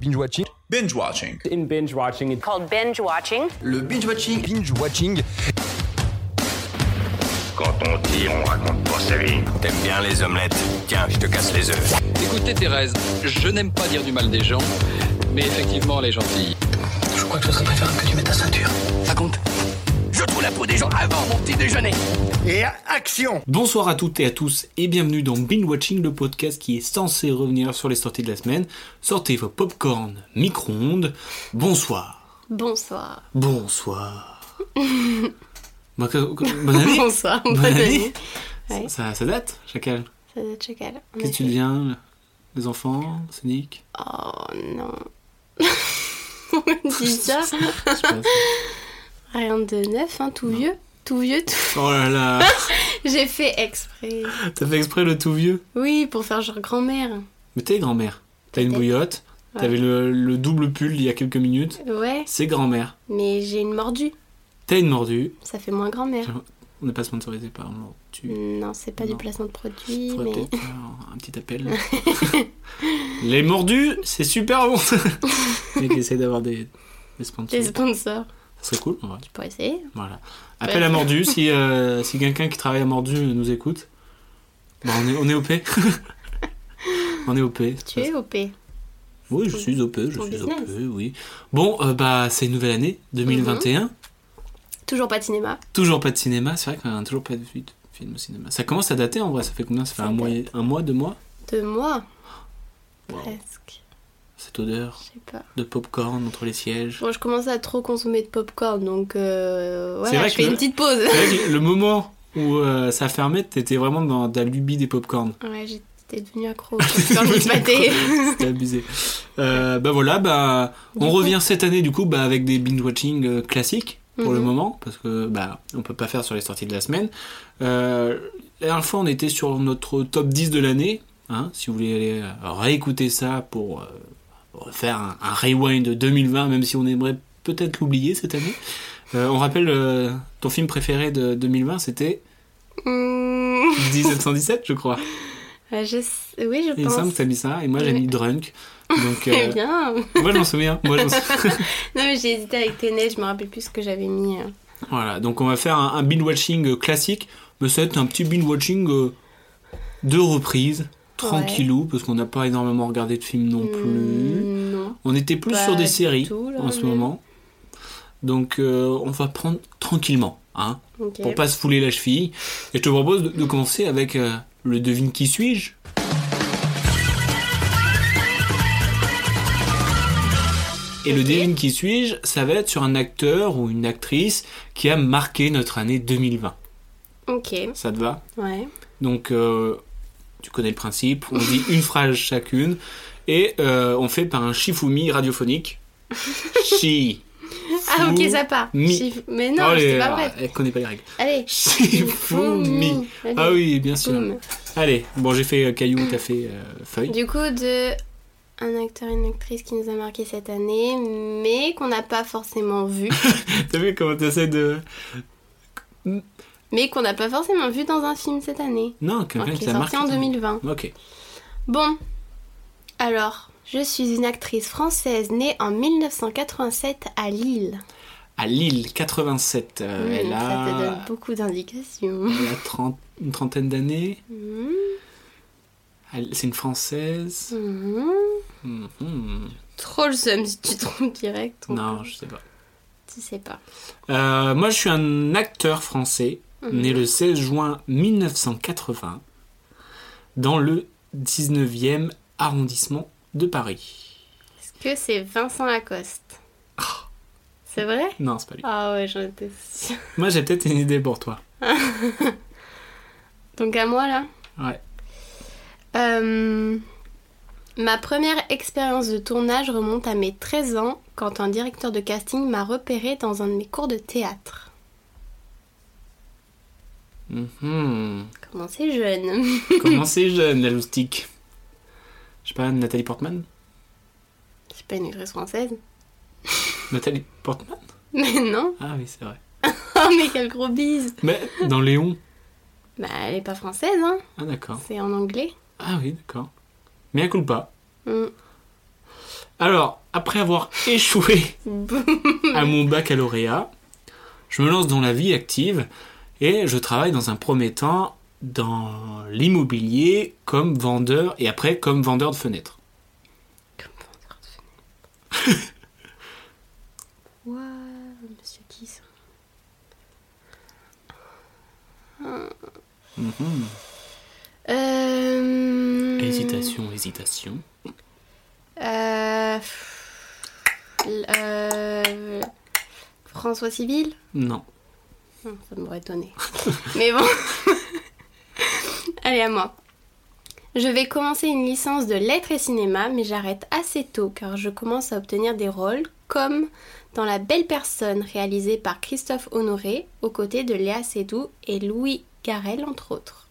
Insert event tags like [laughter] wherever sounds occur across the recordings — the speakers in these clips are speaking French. Binge watching. Binge watching. In binge watching, called binge watching. Le binge watching. Binge watching. Quand on tire, on raconte pas sa vie. T'aimes bien les omelettes Tiens, je te casse les œufs. Écoutez Thérèse, je n'aime pas dire du mal des gens, mais effectivement elle est gentille. Je crois que ce serait préférable que tu mettes ta ceinture. Ça compte je trouve la peau des gens avant mon petit déjeuner. Et action Bonsoir à toutes et à tous et bienvenue dans Binge Watching, le podcast qui est censé revenir sur les sorties de la semaine. Sortez vos popcorn micro-ondes. Bonsoir. [laughs] Bonsoir. Bonsoir. [laughs] bonne année. Bonsoir. Bonne, bonne année. année. Ouais. Ça, ça, date, Chacal Ça date, Chacal. Qu'est-ce que tu deviens Les enfants Sonic Oh [laughs] non. On me dit ça. Rien de neuf, hein, tout non. vieux. Tout vieux, tout. Oh là là J'ai fait exprès. T'as fait exprès le tout vieux Oui, pour faire genre grand-mère. Mais t'es grand-mère. T'as une bouillotte, ouais. t'avais le, le, double pull il y a quelques minutes. Ouais. C'est grand-mère. Mais j'ai une mordue. T'as une mordue. Ça fait moins grand-mère. On n'est pas sponsorisé par mordue. Non, c'est pas non. du placement de produit. Je mais... peut-être Ah, un petit [laughs] appel. Les mordus, c'est super [laughs] bon Mais essaie d'avoir des, des sponsors. Des sponsors. C'est cool. Ouais. Tu pourrais essayer. Voilà. Appel ouais. à Mordu si, euh, si quelqu'un qui travaille à Mordu nous écoute. Bon, on, est, on est OP. [laughs] on est OP. Tu es OP. Oui, je suis OP, je Ton suis business. OP, oui. Bon, euh, bah, c'est une nouvelle année, 2021. Mm -hmm. Toujours pas de cinéma. Toujours pas de cinéma, c'est vrai qu'on a toujours pas de film au cinéma. Ça commence à dater en vrai, ça fait combien Ça fait ça un date. mois, un mois, deux mois Deux mois. Wow. Presque cette odeur pas. de popcorn entre les sièges. Bon, je commençais à trop consommer de popcorn, donc euh, voilà, vrai je fais le... une petite pause. Vrai le moment où euh, ça fermait, t'étais vraiment dans, dans la lubie des popcorn. Ouais, j'étais devenue [laughs] accro au popcorn pâté. C'était abusé. Euh, bah voilà, bah, on du revient coup. cette année du coup bah, avec des binge-watching classiques pour mm -hmm. le moment, parce que bah, on peut pas faire sur les sorties de la semaine. Euh, la dernière fois, on était sur notre top 10 de l'année. Hein, si vous voulez aller réécouter ça pour faire un, un, rewind de 2020, même si on aimerait peut-être l'oublier cette année. Euh, on rappelle, euh, ton film préféré de 2020, c'était mmh. 1717, je crois. Euh, je... Oui, je pense. Il me semble [laughs] que t'as mis ça, et moi j'ai mis Drunk. [laughs] Donc, euh, bien. moi je m'en souviens. Moi, je souviens. [laughs] non, mais j'ai hésité avec Téné, je me rappelle plus ce que j'avais mis. Voilà, donc on va faire un, un binge-watching euh, classique, mais ça va être un petit binge-watching euh, de reprise tranquillou ouais. parce qu'on n'a pas énormément regardé de films non plus. Mmh, Non, on était plus sur des séries tout, là, en ce même. moment. Donc euh, on va prendre tranquillement, hein, okay. pour pas se fouler la cheville. Et je te propose de, de commencer avec euh, le devine qui suis-je. Et okay. le devine qui suis-je, ça va être sur un acteur ou une actrice qui a marqué notre année 2020. Ok. Ça te va Ouais. Donc euh, tu connais le principe, on dit une phrase chacune, et euh, on fait par un shifumi [laughs] radiophonique. Shi. Ah ok, ça part. Shif... Mais non, oh, c'est pas vrai. Elle connaît pas les règles. [laughs] Allez. Shifumi. Ah oui, bien sûr. Boum. Allez, bon j'ai fait euh, caillou, t'as fait euh, feuille. Du coup, de un acteur et une actrice qui nous a marqué cette année, mais qu'on n'a pas [laughs] forcément vu. t'as vu comment t'essaies de mais qu'on n'a pas forcément vu dans un film cette année. Non, quelqu'un qui est sorti en 2020. Ok. Bon, alors, je suis une actrice française née en 1987 à Lille. Hmm, À Lille, 87. Euh, mmh, elle ça a... te donne beaucoup d'indications. Elle a 30, une trentaine d'années. Mmh. C'est une française. Mhm. Mmh. Trop le seum si tu trompes direct. Non, je sais pas. Tu sais pas. Euh, moi, je suis un acteur français, mmh. né le 16 juin 1980, dans le 19e arrondissement de Paris. Est-ce que c'est Vincent Lacoste oh. C'est vrai Non, c'est pas lui. Ah oh, ouais, j'en étais sûre. moi, j'ai peut-être une idée pour toi. Donc, à moi, là Ouais. Euh, ma première expérience de tournage remonte à mes 13 ans quand un directeur de casting m'a repéré dans un de mes cours de théâtre. Mm -hmm. Comment c'est jeune Comment c'est jeune, la loustique Je sais pas, Nathalie Portman C'est pas une actrice française. [laughs] Nathalie Portman Mais non Ah oui, c'est vrai. oh, mais quel gros bise Mais dans Léon Bah, elle est pas française, hein Ah d'accord. C'est en anglais. [laughs] Ah oui, d'accord. Mais elle coule pas. Mm. Alors, après avoir échoué à mon baccalauréat, je me lance dans la vie active et je travaille dans un premier temps dans l'immobilier comme vendeur et après comme vendeur de fenêtres. [laughs] Ouah, monsieur qui ça Euh, Hésitation, hésitation. euh, pff, l- euh, François Civil Non. Non, Ça m'aurait étonné. [laughs] Mais bon. Allez, à moi. Je vais commencer une licence de lettres et cinéma, mais j'arrête assez tôt car je commence à obtenir des rôles comme dans La Belle Personne, réalisée par Christophe Honoré, aux côtés de Léa Seydoux et Louis Garel, entre autres.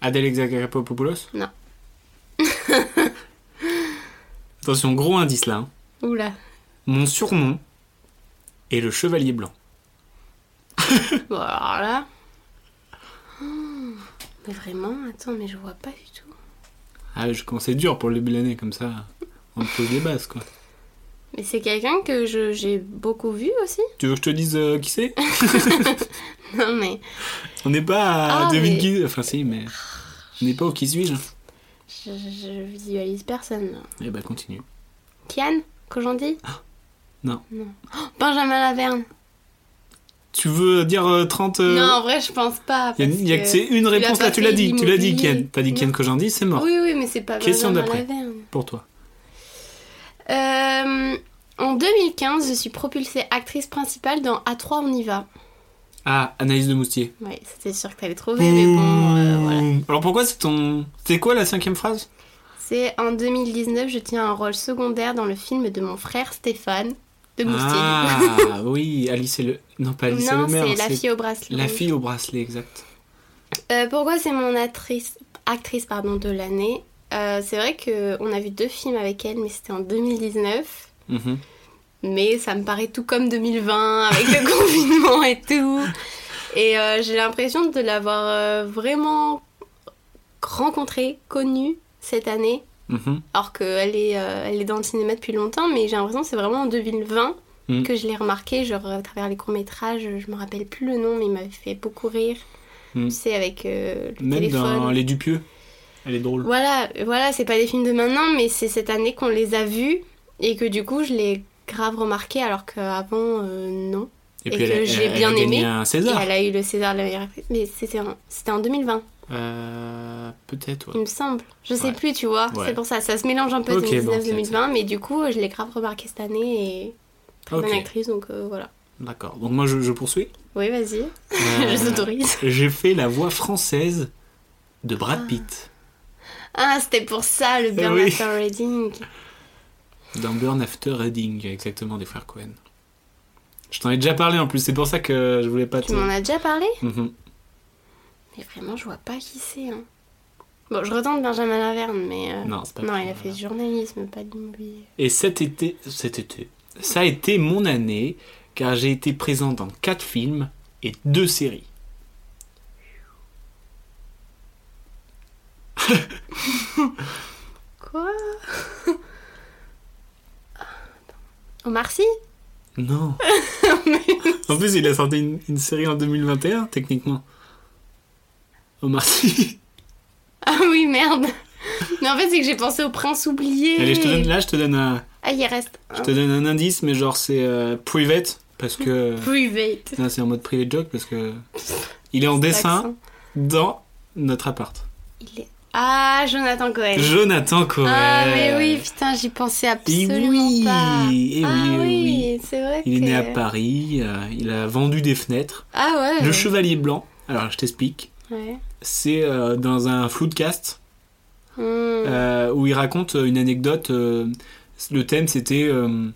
Adèle Exarchopoulos Non. [laughs] Attention, gros indice là. hein. Oula. Mon surnom est le Chevalier Blanc. Bon, alors là. [gasps] Oh, mais vraiment, attends, mais je vois pas du tout. Ah, je commençais dur pour le début de l'année comme ça. On pose les bases quoi. Mais c'est quelqu'un que je- j'ai beaucoup vu aussi. [laughs] Tu veux que je te dise euh, qui c'est Non, mais On n'est pas à Ah, David mais- Guy. Enfin, si, mais. On n'est pas au qui suis-je. hein. je, je- je visualise personne. là. Eh ben, continue. Kian Kojandi Ah, Non. Oh, Benjamin Laverne Tu veux dire euh, 30. euh, Non, en vrai, je pense pas. Il y a, parce il y a que c'est une tu réponse l'as là, tu pas l'as fait dit. Tu l'as dit, l'immobilier. Ken. T'as dit Ken Kojandi, c'est mort Oui, oui, mais c'est pas Question Benjamin d'après. Laverne. pour toi. Euh, en 2015, je suis propulsée actrice principale dans A3 On y va. Ah, analyse de moustier. Ouais, c'était sûr que t'allais trouver, mais bon, Mmh. euh, voilà. Alors pourquoi c'est ton. C'est quoi la cinquième phrase C'est en 2019, je tiens un rôle secondaire dans le film de mon frère Stéphane de Moustier. Ah oui, Alice et le. Non, pas Alice et non, le maire. c'est La fille au bracelet. La fille au bracelet, exact. Euh, pourquoi c'est mon actrice, actrice pardon, de l'année Euh, C'est vrai qu'on a vu deux films avec elle, mais c'était en 2019. Mhm. Mais ça me paraît tout comme 2020, avec le confinement et tout. Et euh, j'ai l'impression de l'avoir euh, vraiment rencontrée, connue cette année. Mhm. Alors qu'elle est, euh, elle est dans le cinéma depuis longtemps, mais j'ai l'impression que c'est vraiment en 2020 Mm. que je l'ai remarqué, genre à travers les courts-métrages, je me rappelle plus le nom, mais il m'avait fait beaucoup rire. Mm. Tu sais, avec euh, le Même téléphone. dans Les Dupieux. Elle est drôle. Voilà, voilà, c'est pas des films de maintenant, mais c'est cette année qu'on les a vus et que du coup je l'ai grave remarqué, alors qu'avant, euh, non. Et puis que elle, a- j'ai elle a bien gagné aimé. un Et César. elle a eu le César de la meilleure actrice, mais c'était en, c'était en 2020, Euh, Peut-être, il ouais. me semble. Je sais Ouais. plus, tu vois, Ouais. c'est pour ça, ça se mélange un peu Ok, bon, 2019-2020, mais du coup je l'ai grave remarqué cette année et très Ok. bonne actrice, donc euh, voilà. D'accord. Donc moi je, je poursuis. Oui, vas-y, Euh, [laughs] je s'autorise. J'ai fait la voix française de Brad Pitt Ah, c'était pour ça le Burn Eh oui. After Reading. dans Burn After Reading, exactement, des frères Cohen. Je t'en ai déjà parlé en plus, c'est pour ça que je voulais pas Tu te- m'en as déjà parlé Mhm. Mais vraiment, je vois pas qui c'est. Hein. Bon, je retente Benjamin Laverne, mais. euh, Non, c'est pas Non, il a Benjamin fait du journalisme, pas d'immobilier. Et cet été, cet été, ça a été mon année, car j'ai été présent dans quatre films et deux séries. Quoi [laughs] Ah, Omar Sy [laughs] Non. en plus, il a sorti une, une série en 2021, techniquement. Omar [laughs] Sy. Ah oui, merde [laughs] Mais en fait, c'est que j'ai pensé au prince oublié. Allez, je te donne, là, je te donne un, Ah, il reste je un. te donne un indice, mais genre c'est euh, private parce [laughs] que Private. là c'est en mode private joke parce que il est en dessin L'accent. dans notre appart. Il est. Ah, Jonathan Cohen. Jonathan Cohen. Ah, mais oui, putain, j'y pensais Et absolument oui, pas. eh oui, eh ah oui. oui, c'est vrai Il est que- né à Paris, euh, il a vendu des fenêtres. Ah ouais. Le Chevalier Blanc, alors je t'explique, ouais. c'est euh, dans un floodcast Hmm. euh, où il raconte euh, une anecdote. euh, le thème c'était euh,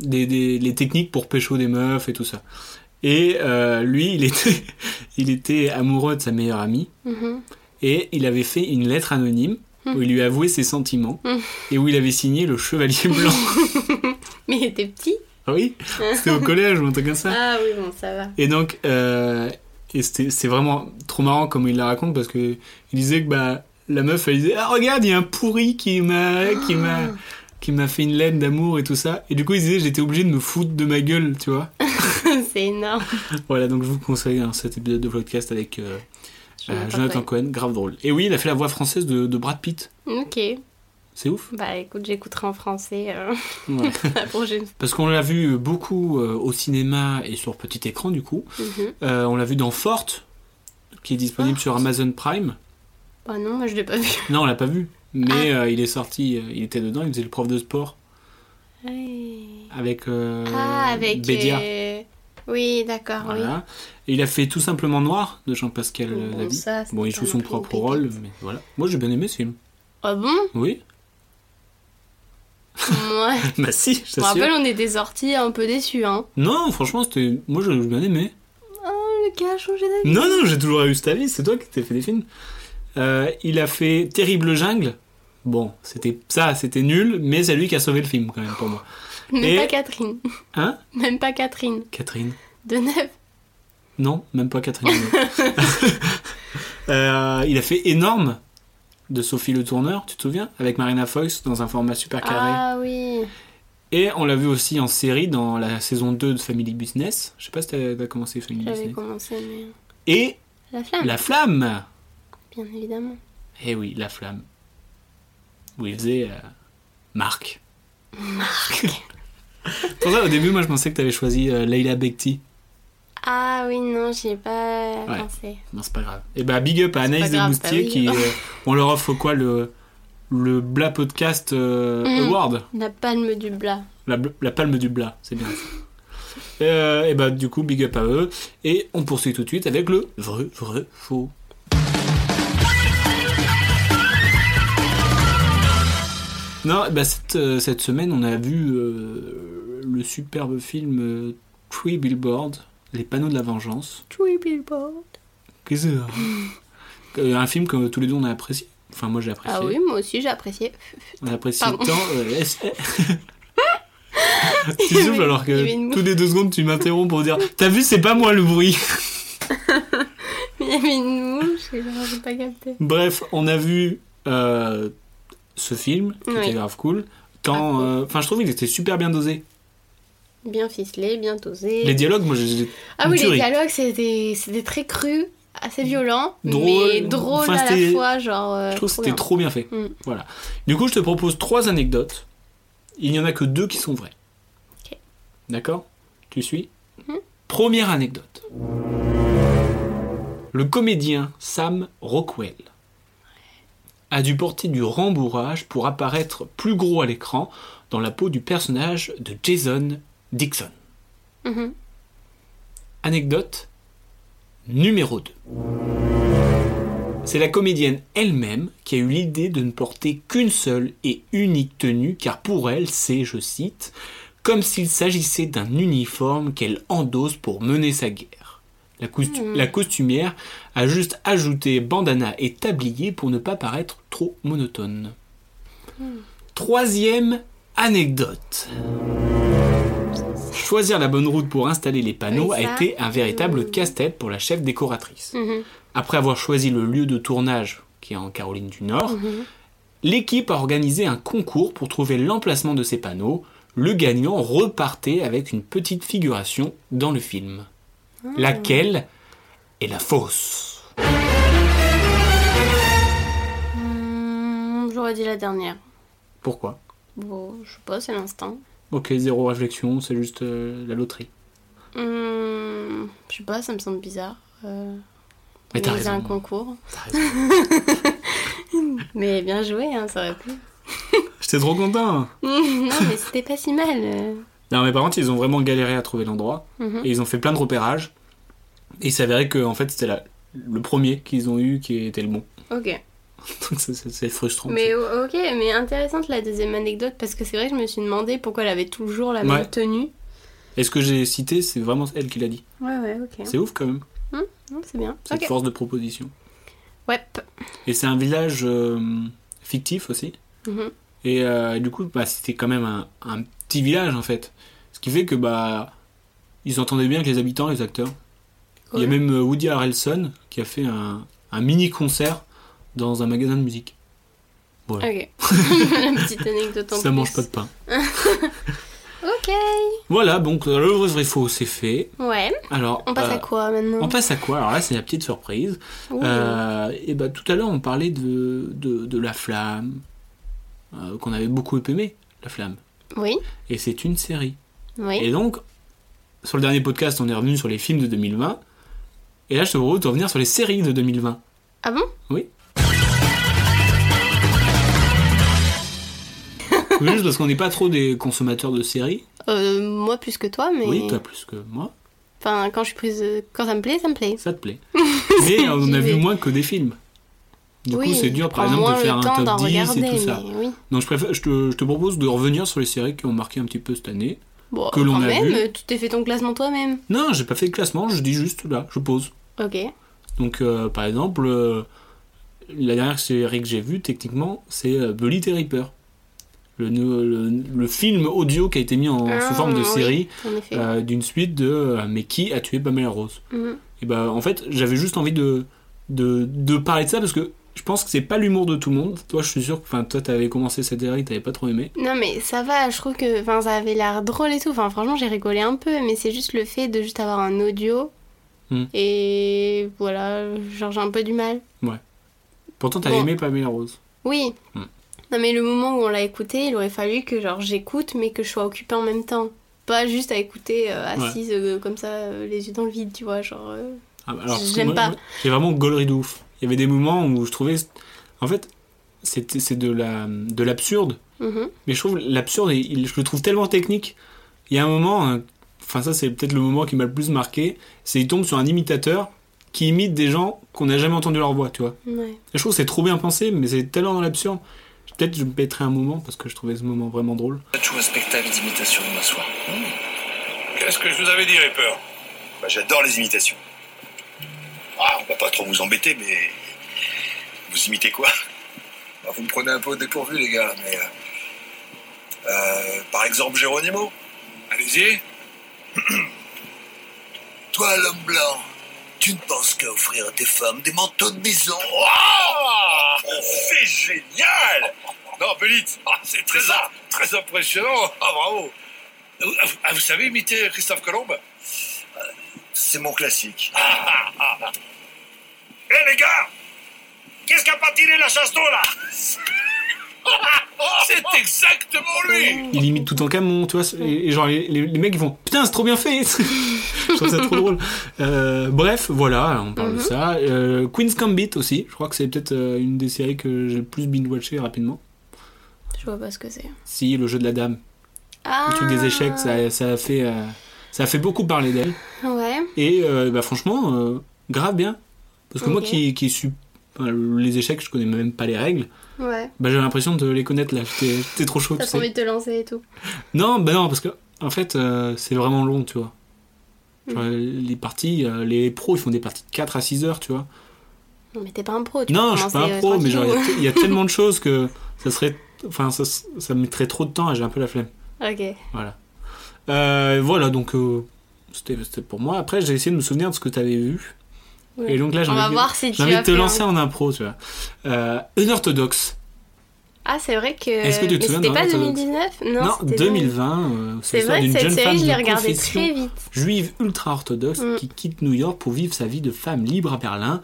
des, des- les techniques pour pécho des meufs et tout ça. Et euh, lui, il était, [laughs] il était amoureux de sa meilleure amie Mhm. et il avait fait une lettre anonyme où il lui avouait ses sentiments Hmm. et où il avait signé le Chevalier [laughs] Blanc. Mais il était petit. Ah [laughs] oui, c'était au collège ou un truc comme ça. Ah oui, bon, ça va. [laughs] Et donc, euh, et c'était- c'est vraiment trop marrant comme il la raconte parce que il disait que bah, la meuf, elle disait Ah, regarde, il y a un pourri qui m'a. qui m'a qui m'a fait une laine d'amour et tout ça. Et du coup, il disait, j'étais obligé de me foutre de ma gueule, tu [laughs] vois. c'est énorme. Voilà, donc je vous conseille hein, cet épisode de podcast avec euh, euh, Jonathan Jonathan Cohen, grave drôle. Et oui, il a fait la voix française de, de Brad Pitt. Ok, C'est ouf. bah écoute, j'écouterai en français euh, [laughs] Ouais. la prochaine fois. [laughs] Parce qu'on l'a vu beaucoup euh, au cinéma et sur petit écran, du coup. Mhm. Euh, on l'a vu dans Forte, qui est disponible sur Amazon Prime. Bah non, moi je l'ai pas vu. Non, on l'a pas vu. Mais Ah. euh, il est sorti, euh, il était dedans, il faisait le prof de sport Ouais. avec, euh, ah, avec. Bédia. euh, Oui, d'accord, oui. Voilà. Et il a fait tout simplement Noir de Jean-Pascal euh, Bon, Labille. ça, c'est Bon, il pas joue non son plus une propre pépite. rôle, mais voilà. Moi, j'ai bien aimé ce film. [laughs] Ah bon Oui Moi, Bah si, je je me t'assure. rappelle, on était sortis un peu déçus, hein. Non, franchement, c'était. Moi, j'ai bien aimé. Le gars a changé d'avis. Non, non, j'ai toujours eu cet avis, c'est toi qui t'es fait des films. Euh, il a fait Terrible Jungle. Bon, c'était ça, c'était nul, mais c'est lui qui a sauvé le film, quand même, pour moi. Même Et- pas Catherine. Hein Même pas Catherine. Catherine De neuf. Non, même pas Catherine. Euh, il a fait Énorme de Sophie Le Tourneur, tu te souviens Avec Marina Foïs dans un format super carré. Ah oui. Et on l'a vu aussi en série dans la saison 2 de Family Business. Je sais pas si t'as t'as commencé Family J'avais Business. commencé, Hmm. mais. Et La flamme, La Flamme bien évidemment. Eh oui, La Flamme. Où il faisait euh, Marc. [laughs] Marc Pour ça, au début, moi je pensais que t'avais choisi euh, Leila Bekti. Ah oui, non, j'y ai pas Ouais. pensé. Non, c'est pas grave. Et bah, big up à Anaïs pas de grave, Moustier bah oui. qui. euh, [laughs] on leur offre quoi Le, le Bla Podcast euh, Mm. Award La palme du blas. la, bl- la palme du Bla, c'est bien ça. Euh, et bah, du coup, big up à eux. Et on poursuit tout de suite avec le vrai, vrai, faux. Non, bah, cette, euh, cette semaine, on a vu euh, le superbe film euh, Three Billboards, Les panneaux de la vengeance. Three billboards. Qu'est-ce que c'est Euh, Un film que tous les deux on a apprécié. Enfin, moi j'ai apprécié. Ah oui, moi aussi j'ai apprécié. [laughs] On a apprécié Pardon. tant. euh, est-ce- [laughs] tu souffles alors il y avait une que mouche. tous les deux secondes tu m'interromps pour dire T'as vu, c'est pas moi le bruit [laughs] Il y avait une mouche et genre j'ai pas capté. Bref, on a vu euh, ce film qui Oui. était grave cool. Tant, Ah, euh, enfin, je trouve qu'il était super bien dosé. Bien ficelé, bien dosé. Les dialogues, moi, j'ai- j'ai ah oui, une tuerie. les dialogues c'était c'était très cru, assez violent, Drôle. mais drôle Enfin, à c'était- la fois. Genre, euh, je trouve que trop c'était bien. trop bien fait. Mm. Voilà. Du coup, je te propose trois anecdotes. Il n'y en a que deux qui sont vraies. Ok. D'accord Tu suis Première anecdote. Le comédien Sam Rockwell a dû porter du rembourrage pour apparaître plus gros à l'écran dans la peau du personnage de Jason Dixon. Mhm. Anecdote numéro 2. C'est la comédienne elle-même qui a eu l'idée de ne porter qu'une seule et unique tenue, car pour elle, c'est, je cite, comme s'il s'agissait d'un uniforme qu'elle endosse pour mener sa guerre. La, costu- la costumière a juste ajouté bandana et tablier pour ne pas paraître trop monotone. Troisième anecdote. Choisir la bonne route pour installer les panneaux Oui, a ça. été un véritable casse-tête pour la chef décoratrice. Mhm. Après avoir choisi le lieu de tournage, qui est en Caroline du Nord, l'équipe a organisé un concours pour trouver l'emplacement de ces panneaux. Le gagnant repartait avec une petite figuration dans le film. Laquelle est la fausse Hmm, J'aurais dit la dernière. Pourquoi Bon, je sais pas, c'est l'instant. Ok, zéro réflexion, c'est juste euh, la loterie. Hmm, je sais pas, ça me semble bizarre. Euh, Mais t'as organiser raison. un concours. T'as raison. Mais bien joué, hein, ça aurait pu. [laughs] J'étais trop content non, mais c'était pas si mal. euh. Non, mais par contre, ils ont vraiment galéré à trouver l'endroit. Mhm. Et ils ont fait plein de repérages. Et il s'avérait que, en fait, c'était la- le premier qu'ils ont eu qui était le bon. [laughs] Ok. Donc, ça, ça, c'est frustrant. Mais o- ok, mais intéressante la deuxième anecdote parce que c'est vrai que je me suis demandé pourquoi elle avait toujours la Ouais. même tenue. Et ce que j'ai cité, c'est vraiment elle qui l'a dit. Ouais, ouais, ok. C'est ouf quand même, Non, C'est bien. cette Ok. force de proposition. Ouais. Et c'est un village euh, fictif aussi. Mhm. Et euh, du coup, bah, c'était quand même un, un petit village en fait. Ce qui fait que bah, ils entendaient bien avec les habitants, les acteurs. Il y a Cool. même euh, Woody Harrelson qui a fait un, mini concert dans un magasin de musique. Voilà. Ok. [laughs] La petite anecdote en Ça plus. mange pas de pain. Ok. Voilà, donc euh, le vrai faux, c'est fait. Ouais. Alors, On passe euh, à quoi maintenant on passe à quoi Alors là, c'est la petite surprise. Ouh. et bah, tout à l'heure, on parlait de, de, de La Flamme, euh, qu'on avait beaucoup aimé, La Flamme. Oui. Et c'est une série. Oui. Et donc, sur le dernier podcast, on est revenu sur les films de 2020. Et là, je te propose de revenir sur les séries de [laughs] 2020. Ah bon Oui. Oui, Juste parce qu'on n'est pas trop des consommateurs de séries. Euh, Moi plus que toi, mais. Oui, toi plus que moi. Enfin, quand je suis prise, euh, quand ça me plaît, ça me plaît. Ça te [laughs] plaît. Mais euh, on a vu J'y vais. moins que des films. Du Oui, coup, c'est dur, par prends exemple, de moins faire le temps un d'en top 10 regarder, et tout ça. mais oui. Donc, je, préfère, je, te, je te propose de revenir sur les séries qui ont marqué un petit peu cette année. Bon, Que l'on quand a même, vu. euh, tu t'es fait ton classement toi-même. Non, j'ai pas fait de classement, je dis juste là, je pose. Ok. Donc, euh, par exemple, euh, la dernière série que j'ai vue, techniquement, c'est euh, Bully the Reaper. Le, nou- le- le film audio qui a été mis en, Ah, sous forme de oui. série En effet. euh, d'une suite de euh, Mais qui a tué Pamela Rose Mhm. Et bah, en fait, j'avais juste envie de, de, de parler de ça parce que je pense que c'est pas l'humour de tout le monde. Toi, je suis sûr que enfin, toi, t'avais commencé cette série, t'avais pas trop aimé. Non mais ça va, je trouve que enfin ça avait l'air drôle et tout. Enfin franchement j'ai rigolé un peu, mais c'est juste le fait de juste avoir un audio Hmm. et voilà, genre j'ai un peu du mal. Pourtant, t'avais Bon. aimé Pamela Rose. Oui. Hmm. Non mais le moment où on l'a écouté, il aurait fallu que genre j'écoute mais que je sois occupée en même temps, pas juste à écouter euh, assise euh, comme ça euh, les yeux dans le vide, tu vois, genre. euh. Ah, bah, alors, parce que J'aime moi, pas. moi, J'ai vraiment gaulerie de ouf. Il y avait des moments où je trouvais. En fait, c'était- c'est de la- de l'absurde. Mhm. Mais je trouve l'absurde, il- il- je le trouve tellement technique. Il y a un moment, hein, enfin ça c'est peut-être le moment qui m'a le plus marqué, c'est il tombe sur un imitateur qui imite des gens qu'on n'a jamais entendu leur voix, tu vois. Ouais. Et je trouve que c'est trop bien pensé, mais c'est tellement dans l'absurde. Peut-être je me pèterai un moment parce que je trouvais ce moment vraiment drôle. Joue un spectacle d'imitation demain soir. Hmm. Qu'est-ce que je vous avais dit, Reaper Bah, J'adore les imitations. Ah, on va pas trop vous embêter, mais. Vous imitez quoi Bah, vous me prenez un peu au dépourvu, les gars, mais. euh, Euh, Par exemple, Géronimo Allez-y. Toi, l'homme blanc, tu ne penses qu'à offrir à tes femmes des manteaux de maison. C'est génial Non, Belitz, c'est très, très impressionnant. Ah, bravo. vous savez imiter Christophe Colomb Euh, C'est mon classique. [laughs] Eh les gars Qu'est-ce qu'a pas tiré la chasse d'eau [laughs] là C'est exactement lui Il imite tout en camon, tu vois. c'est- Et, et genre les, les- les mecs ils font putain c'est trop bien fait. [laughs] je trouve ça trop drôle. Euh, bref, voilà, on Mhm. parle de ça. Euh, Queen's Gambit aussi, je crois que c'est peut-être euh, une des séries que j'ai le plus binge-watché rapidement. Je vois pas ce que c'est. Si, le jeu de la dame. Ah. le truc des échecs, ça, ça a fait, euh, ça a fait beaucoup parler d'elle. Ouais. Et euh, bah, franchement, euh, grave bien. Parce que moi Ok. qui, qui suis. enfin, les échecs, je connais même pas les règles. Ouais. Bah, j'avais l'impression de les connaître là. J'étais j'étais trop chaud. T'as tu sais. pas envie de te lancer et tout. Non, bah non, parce que en fait, euh, c'est vraiment long, tu vois. Mm. Genre, Les parties, euh, les pros, ils font des parties de 4 à 6 heures, tu vois. Non mais t'es pas un pro. Tu Non, peux je suis pas commencer, un euh, pro, mais genre, il y a tranquillou. te- il y, a tellement de choses que ça serait. Enfin, ça, ça me mettrait trop de temps et j'ai un peu la flemme. [laughs] Ok. Voilà. Euh, voilà, donc euh, c'était c'était pour moi. Après, j'ai essayé de me souvenir de ce que tu avais vu. Ouais. Et donc là, j'ai On va envie, de- voir si j'ai tu envie as de te fait lancer en impro, tu vois. Euh, unorthodoxe. Ah, c'est vrai que. Est-ce que tu te mais souviens C'était d'un pas autre 2019 Non, non, c'était 2020. euh, C'est l'histoire vrai que d'une cette jeune femme série, je de l'ai regardée confession très vite. Juive ultra-orthodoxe Mm. qui quitte New York pour vivre sa vie de femme libre à Berlin.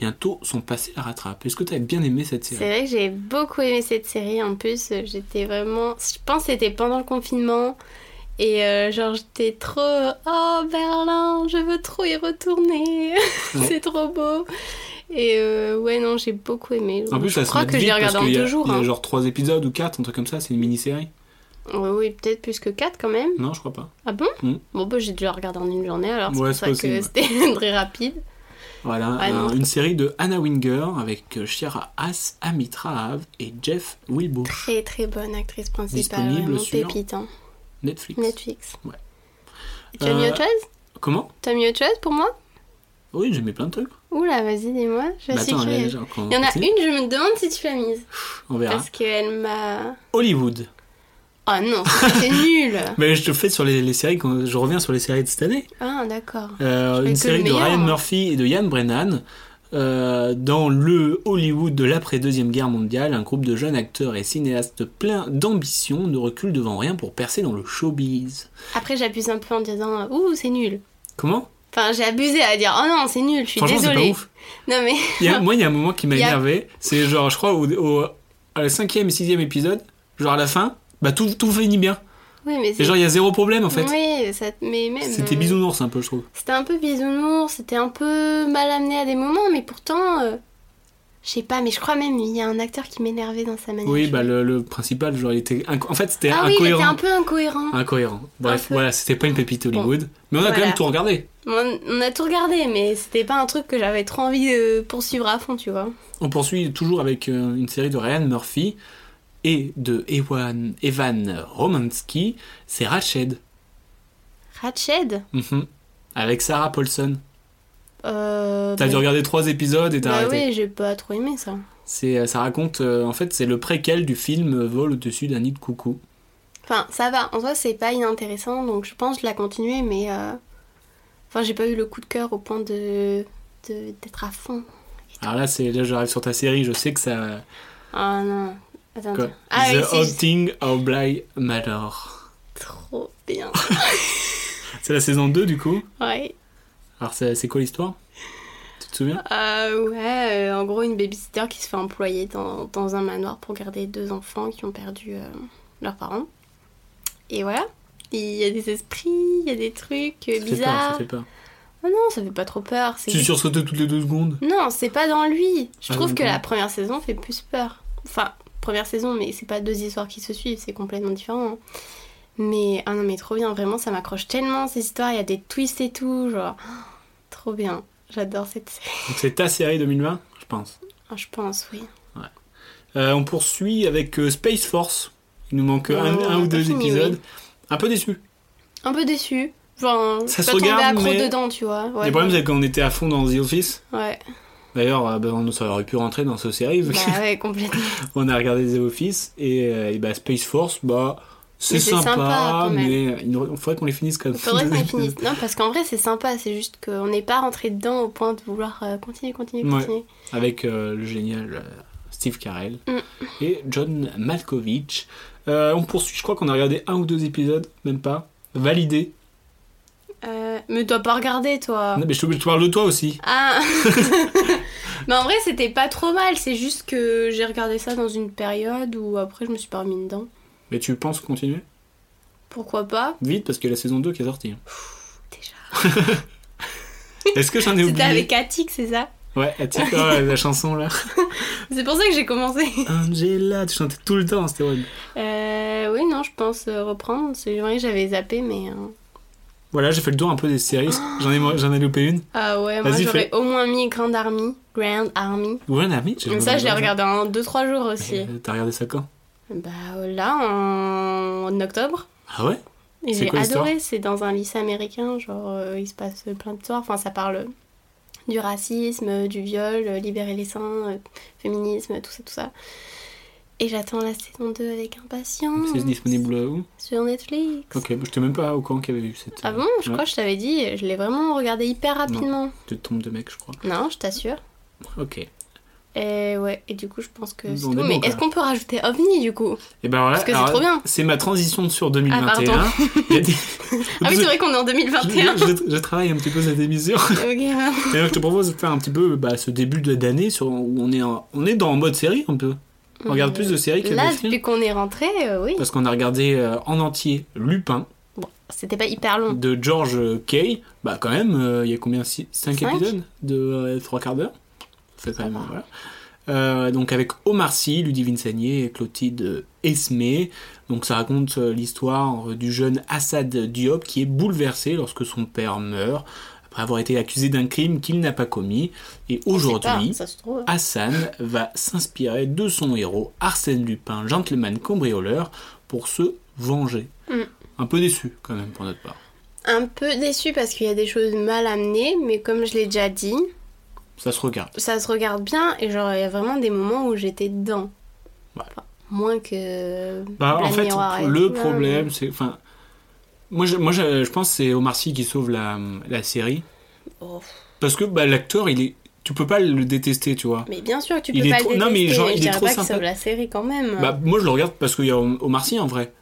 Bientôt, son passé la rattrape. Est-ce que tu as bien aimé cette C'est série vrai que j'ai beaucoup aimé cette série. En plus, euh, j'étais vraiment. Je pense que c'était pendant le confinement. Et euh, genre, j'étais trop. euh, Oh, Berlin, je veux trop y retourner. [laughs] c'est trop beau. Et euh, ouais, non, j'ai beaucoup aimé. En plus, je ça se crois met que je vite l'ai regardé parce en qu'il y a- deux jours. Il y a hein. genre 3 épisodes ou 4, un truc comme ça. C'est une mini-série Ouais, oui, peut-être plus que quatre quand même. Non, je crois pas. Ah bon Mm. Bon, bah, j'ai dû la regarder en une journée alors. Ouais, c'est c'est pour ça que possible, c'était [laughs] très rapide. Voilà, Ouais, un- Ah non. une série de Anna Winger avec euh, Shira Haas, Amit Rahav et Jeff Wilbush. Très très bonne actrice principale, Disponible vraiment sur pépite, hein. Netflix. Netflix. Ouais. Tu as mis Euh, autre chose Comment T'as mis autre chose pour moi Oui, j'ai mis plein de trucs. Oula, vas-y, dis-moi, je Bah, suis attends, curieuse. déjà, on Ah. Il y en a continue. une, je me demande si tu l'as mise. On verra. Parce qu'elle m'a. Hollywood. Oh non, ça, [laughs] c'est nul Mais je te fais sur les, les séries, qu'on- je reviens sur les séries de cette année. Ah, d'accord. Euh, fais une que le série de meilleur, hein. Ryan moi. Murphy et de Ian Brennan. euh, dans le Hollywood de l'après-deuxième guerre mondiale, un groupe de jeunes acteurs et cinéastes pleins d'ambition ne recule devant rien pour percer dans le showbiz. Après, j'abuse un peu en disant Ouh, c'est nul. Comment Enfin, j'ai abusé à dire Oh non, c'est nul, je suis Franchement, c'est pas désolée. ouf. Non, mais. [laughs] Il y a- moi, il y a un moment qui m'a Il y a- énervé. C'est genre, je crois, au, au- à la cinquième et sixième épisode, genre à la fin, bah tout, tout finit bien. Oui, mais Et genre, il y a zéro problème en fait. Oui, ça... mais même. euh, C'était bisounours un peu, je trouve. C'était un peu bisounours, c'était un peu mal amené à des moments, mais pourtant. euh, Je sais pas, mais je crois même il y a un acteur qui m'énervait dans sa manière. Oui, de bah jouer. le, le principal, genre, il était. inco- En fait, c'était Ah oui, il incohérent. était un peu incohérent. Incohérent. Un Bref, peu. voilà, c'était pas une pépite Hollywood. Mais on a quand Voilà. même tout regardé. On on a tout regardé, mais c'était pas un truc que j'avais trop envie de poursuivre à fond, tu vois. On poursuit toujours avec euh, une série de Ryan Murphy et de Ewan- Evan Romansky. C'est Ratched. Ratched Mhm. Avec Sarah Paulson. euh, T'as bah, dû regarder trois épisodes et t'as Bah arrêté. oui, j'ai pas trop aimé ça. C'est, euh, ça raconte, euh, en fait, c'est le préquel du film euh, Vol au-dessus d'un nid de coucou. Enfin, ça va, en soi, c'est pas inintéressant, donc je pense la continuer, mais. euh, Enfin, j'ai pas eu le coup de cœur au point de. de- d'être à fond. Alors là, c'est, là, j'arrive sur ta série, je sais que ça. Ah non. Attends, quoi. attends. Ah oui, The c'est juste Haunting of Bly Manor. trop bien. C'est la saison 2 du coup. Ouais. Alors c'est, c'est quoi l'histoire Tu te souviens Euh, ouais, euh, en gros, une babysitter qui se fait employer dans, dans un manoir pour garder deux enfants qui ont perdu euh, leurs parents. Et voilà. Il y a des esprits, il y a des trucs euh, Ça fait peur, ça bizarres. fait peur. Ah non, ça fait pas trop peur. c'est Tu sursautais toutes les deux secondes Non, c'est pas dans lui. Je Ah, trouve donc que non. la première saison fait plus peur. Enfin, première saison, mais c'est pas deux histoires qui se suivent, c'est complètement différent. hein. Mais ah non, mais trop bien, vraiment, ça m'accroche tellement ces histoires. Il y a des twists et tout, genre [gasps] trop bien. J'adore cette série. Donc c'est ta série 2020, je pense. Ah, je pense, oui. Euh, on poursuit avec euh, Space Force. Il nous manque Non, un, on un a ou pas deux fini, épisodes. Oh, oui. Un peu déçu. Un peu déçue. Genre, je Ça suis se pas tombée regarde, accro mais- dedans, tu vois. Ouais. Les problèmes c'est qu'on était à fond dans The Office. [laughs] Ouais. D'ailleurs, euh, ben, on ça aurait pu rentrer dans ce série. vu Bah que- [laughs] ouais, complètement. on a regardé The Office et, euh, et bah, Space Force, bah c'est Mais c'est sympa, sympa, quand même. mais il nous- il faudrait qu'on les finisse quand même. Faudrait qu'on finisse. Non, parce qu'en vrai, c'est sympa. C'est juste qu'on n'est pas rentré dedans au point de vouloir euh, continuer, continuer, Ouais. continuer. [laughs] Avec euh, le génial euh, Steve Carell Mm. et John Malkovich. Euh, on poursuit, je crois qu'on a regardé un ou deux épisodes, même pas. Validé. Euh, mais dois pas regarder, toi. Non, mais je te, je te parle de toi aussi. [laughs] Ah [laughs] Mais en vrai, c'était pas trop mal, c'est juste que j'ai regardé ça dans une période où après je me suis pas remis dedans. Mais tu penses continuer Pourquoi pas Vite, parce que la saison 2 qui est sortie. Déjà. [laughs] Est-ce que j'en ai C'était oublié avec Attic, c'est ça Ouais, Attic, ah, la chanson [laughs] là. C'est pour ça que j'ai commencé. [laughs] Angela, tu chantais tout le temps, hein, c'était horrible. Euh, oui, non, je pense euh, reprendre. C'est vrai que j'avais zappé, mais. euh, Voilà, j'ai fait le tour un peu des séries. J'en ai, j'en ai loupé une. Ah ouais, moi Vas-y, j'aurais fais. au moins mis Grand Army. Grand Army. Ou un ami j'ai- Comme ça, je l'ai regardé en 2-3 jours aussi. Euh, T'as regardé ça quand Bah là, en, en octobre. Ah ouais Et C'est j'ai quoi l'histoire adoré, c'est dans un lycée américain, genre euh, il se passe plein d'histoires, enfin ça parle euh, du racisme, euh, du viol, euh, libérer les seins, euh, féminisme, tout ça, tout ça. Et j'attends la saison 2 avec impatience. C'est disponible où Sur Netflix. Ok, moi, je t'ai même pas au courant qu'il y avait eu cette. euh, Ah bon Je ouais. crois que je t'avais dit, je l'ai vraiment regardé hyper rapidement. de tombe de mec, je crois. Non, je t'assure. Ok. Et Eh ouais, et du coup je pense que On c'est est tout. bon, Mais quoi. est-ce qu'on peut rajouter OVNI du coup Ah Et ben voilà. Parce que c'est alors, trop bien. C'est ma transition sur Ah, 2021. pardon. Il y a des- [laughs] [laughs] Ah oui, c'est vrai qu'on est en je, [laughs] 2021. je- je- je travaille un petit peu cette émission. [laughs] Ok, Et donc, je te propose de faire un petit peu bah, ce début de- d'année sur où on est en- on est dans en mode série un peu. On regarde plus de séries que Là, de films. depuis qu'on est rentré, euh, oui. Parce qu'on a regardé euh, en entier Lupin Bon, c'était pas hyper long. de George Kay. Bah quand même, euh, il y a combien 5 Cinq. épisodes de euh, trois quarts d'heure. C'est quand même voilà. Euh, donc avec Omar Sy, Ludivine Sagné et Clotilde Esmé. Donc ça raconte euh, l'histoire euh, du jeune Assad Diop qui est bouleversé lorsque son père meurt après avoir été accusé d'un crime qu'il n'a pas commis. Et aujourd'hui, Oh, Ça se trouve. Hassan va s'inspirer de son héros Arsène Lupin, gentleman cambrioleur, pour se venger. Mm. Un peu déçu quand même pour notre part. Un peu déçue parce qu'il y a des choses mal amenées, mais comme je l'ai déjà dit, Ça se regarde. ça se regarde bien et genre il y a vraiment des moments où j'étais dedans. Ouais. Enfin, moins que. Bah, en Black fait, Mirror et le tout, là, problème, c'est. Enfin, moi, je, moi, je, je pense que c'est Omar Sy qui sauve la, la série. Oh. Parce que bah, l'acteur, il est tu peux pas le détester, tu vois. Mais bien sûr, tu peux Il est pas le trop- détester. non, mais genre, il je est dirais trop pas que sympa. sauve la série quand même. Bah, moi, je le regarde parce qu'il y a Omar Sy en vrai.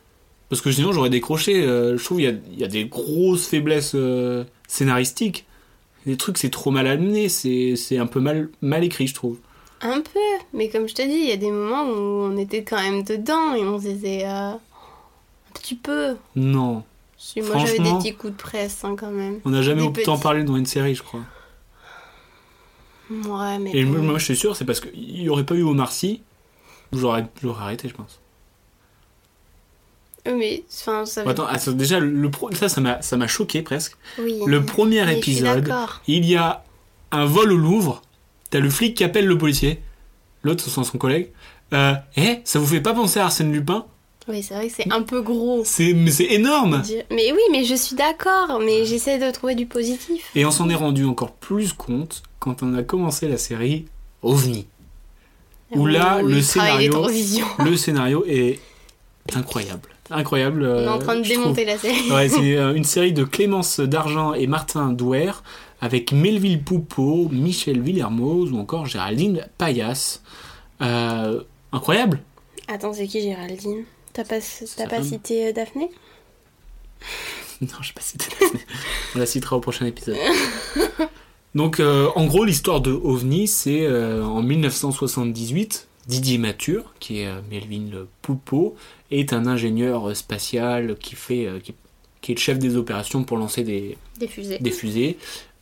Parce que sinon, j'aurais décroché. Euh, je trouve qu'il y a, il y a des grosses faiblesses euh, scénaristiques. Des trucs, c'est trop mal amené, c'est c'est un peu mal, mal écrit, je trouve. Un peu, mais comme je te dis, il y a des moments où on était quand même dedans et on se disait euh, un petit peu. Non. Si, Moi j'avais des Franchement. petits coups de presse hein, quand même. On n'a jamais Des autant petits. parlé dans une série, je crois. Ouais, mais. Et bon. moi, moi, je suis sûr, c'est parce qu'il n'y aurait pas eu Omar Sy, j'aurais j'aurais arrêté, je pense. Oui, mais enfin, ça Bon, attends, attends, déjà, le pro- ça, ça m'a ça m'a choqué presque. Oui, Le premier mais je suis épisode, d'accord. il y a un vol au Louvre, t'as le flic qui appelle le policier, l'autre, ce sont son collègue. Euh, eh, ça vous fait pas penser à Arsène Lupin Oui, c'est vrai que c'est un peu gros. C'est mais c'est énorme Dire- Mais oui, mais je suis d'accord, mais j'essaie de trouver du positif. Et on s'en est rendu encore plus compte quand on a commencé la série OVNI. Où là, le On travaille les scénario- euh, transitions. Le scénario est incroyable. Incroyable. euh, On est en train de démonter la série. [laughs] [laughs] Ouais, c'est euh, une série de Clémence Dargent et Martin Douer avec Melville Poupeau, Michel Villermoz ou encore Géraldine Payas. Euh, incroyable [laughs] Attends, c'est qui Géraldine T'as pas, t'as un pas homme. cité euh, Daphné Non, je sais pas si t'as- On la citera au prochain épisode. Donc, euh, en gros, l'histoire de OVNI, c'est euh, en 1978, Didier Mature, qui est euh, Melvin le Poupeau, est un ingénieur euh, spatial qui, fait, euh, qui, qui est le chef des opérations pour lancer des, Des fusées. des fusées.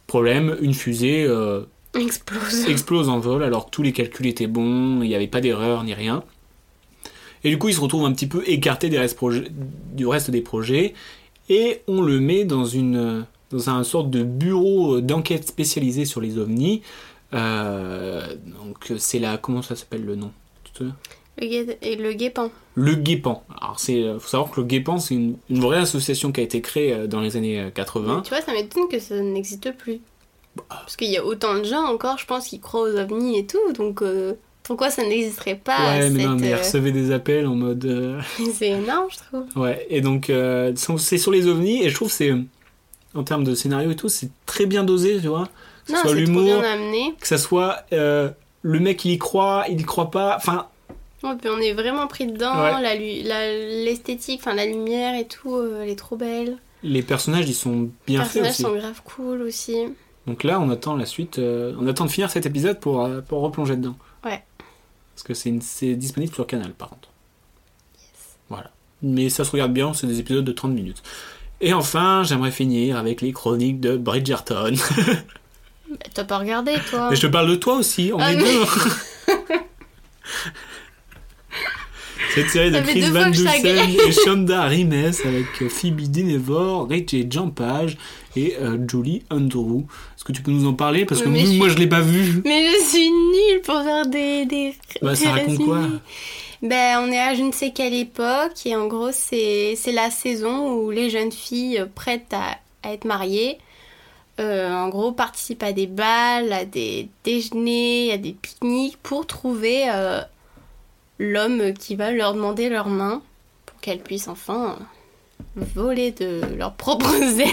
Problème, une fusée... euh, Explose. [laughs] explose en vol alors que tous les calculs étaient bons, il n'y avait pas d'erreur ni rien. Et du coup, il se retrouve un petit peu écarté des restes proje- du reste des projets et on le met dans une dans un sorte de bureau d'enquête spécialisé sur les ovnis. Euh, donc c'est la comment ça s'appelle le nom Tu te souviens Le, gué- et le guépant. le Guépan. Alors c'est euh, faut savoir que le Guépan c'est une, une vraie association qui a été créée euh, dans les années euh, 80. Tu vois, ça m'étonne que ça n'existe plus. Bah. Parce qu'il y a autant de gens encore, je pense, qui croient aux ovnis et tout, donc euh, pourquoi ça n'existerait pas ouais, mais non, cette, mais elle euh, recevait des appels en mode euh, [laughs] C'est énorme, je trouve. Ouais, et donc euh, sont- c'est sur les ovnis, et je trouve que c'est, en termes de scénario et tout, c'est très bien dosé, tu vois. Que Non, ce soit c'est trop l'humour, bien amené. que ça soit euh, le mec, il y croit, il y croit pas, enfin, Ouais, puis on est vraiment pris dedans, Ouais. la lu- la- l'esthétique, enfin la lumière et tout, euh, elle est trop belle. les personnages, ils sont Les bien faits personnages aussi. sont grave cool aussi. Donc là, on attend la suite, euh, on attend de finir cet épisode pour, euh, pour replonger dedans. Ouais. Parce que c'est, une- c'est disponible sur Canal, par contre. Voilà. Mais ça se regarde bien, c'est des épisodes de 30 minutes. Et enfin, j'aimerais finir avec les chroniques de Bridgerton. Bah, T'as pas regardé, toi Mais je te parle de toi aussi, on Ah, est mais- [laughs] deux. Cette série de Ça fait Chris deux fois Van que je Dusen t'agace. et Shonda Rhimes avec euh, Phoebe Dinevor, Richie Jampage et euh, Julie Andrew. Est-ce que tu peux nous en parler Parce que Mais nous, je- moi, je l'ai pas vu. Mais je suis nulle pour faire des, des, Bah, ça des raconte quoi résumés. Ben, on est à je ne sais quelle époque et en gros c'est c'est la saison où les jeunes filles euh, prêtes à, à être mariées, euh, en gros participent à des balles, à des déjeuners, à des pique-niques pour trouver euh, l'homme qui va leur demander leur main pour qu'elles puissent enfin voler de leurs propres [laughs] ailes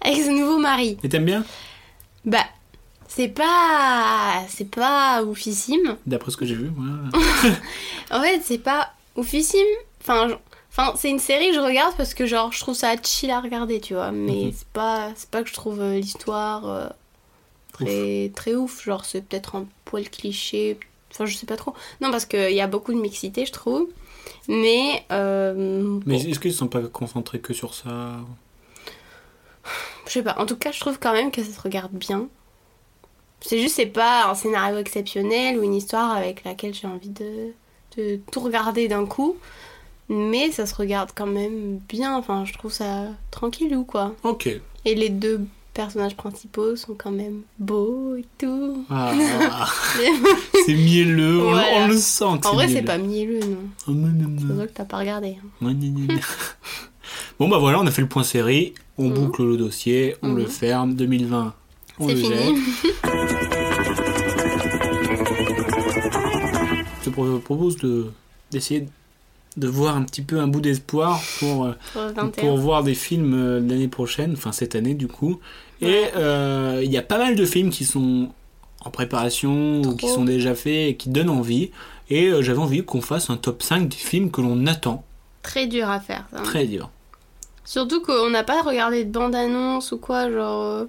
avec ce nouveau mari. Et t'aimes bien Bah, c'est pas. C'est pas oufissime. D'après ce que j'ai vu, voilà. [laughs] En fait, c'est pas oufissime. Enfin, je- enfin c'est une série que je regarde parce que, genre, je trouve ça chill à regarder, tu vois. Mais Mhm. c'est pas, c'est pas que je trouve euh, l'histoire euh, très, très ouf. Genre, c'est peut-être un poil cliché. Enfin, je sais pas trop. Non, parce qu'il y a beaucoup de mixité, je trouve. Mais. euh, Mais bon, est-ce qu'ils sont pas concentrés que sur ça je sais pas. En tout cas, je trouve quand même que ça se regarde bien. C'est juste, c'est pas un scénario exceptionnel ou une histoire avec laquelle j'ai envie de, de tout regarder d'un coup. Mais ça se regarde quand même bien. Enfin, je trouve ça tranquille ou quoi. Ok. Et les deux personnages principaux sont quand même beaux et tout. Ah, [laughs] c'est mielleux, on, le- Voilà. on le sent. que En vrai, c'est Mm. mielleux. pas mielleux, non. Oh, non, non, C'est non. pour ça que t'as pas regardé. hein. Ouais, gna, [laughs] gna, gna. bon bah voilà, on a fait le point série, on Mhm. boucle le dossier, on le Mhm. ferme, 2020, on C'est le jette. fini. [laughs] Je te pro- propose de d'essayer de voir un petit peu un bout d'espoir pour, euh, Pour 21. pour voir des films euh, l'année prochaine, enfin cette année du coup. Et Ouais. euh, il y a pas mal de films qui sont en préparation ou qui Trop. sont déjà faits et qui donnent envie. Et euh, j'avais envie qu'on fasse un top 5 des films que l'on attend. Très dur à faire, ça. hein. Très dur. Surtout qu'on n'a pas regardé de bande-annonce ou quoi, genre... euh,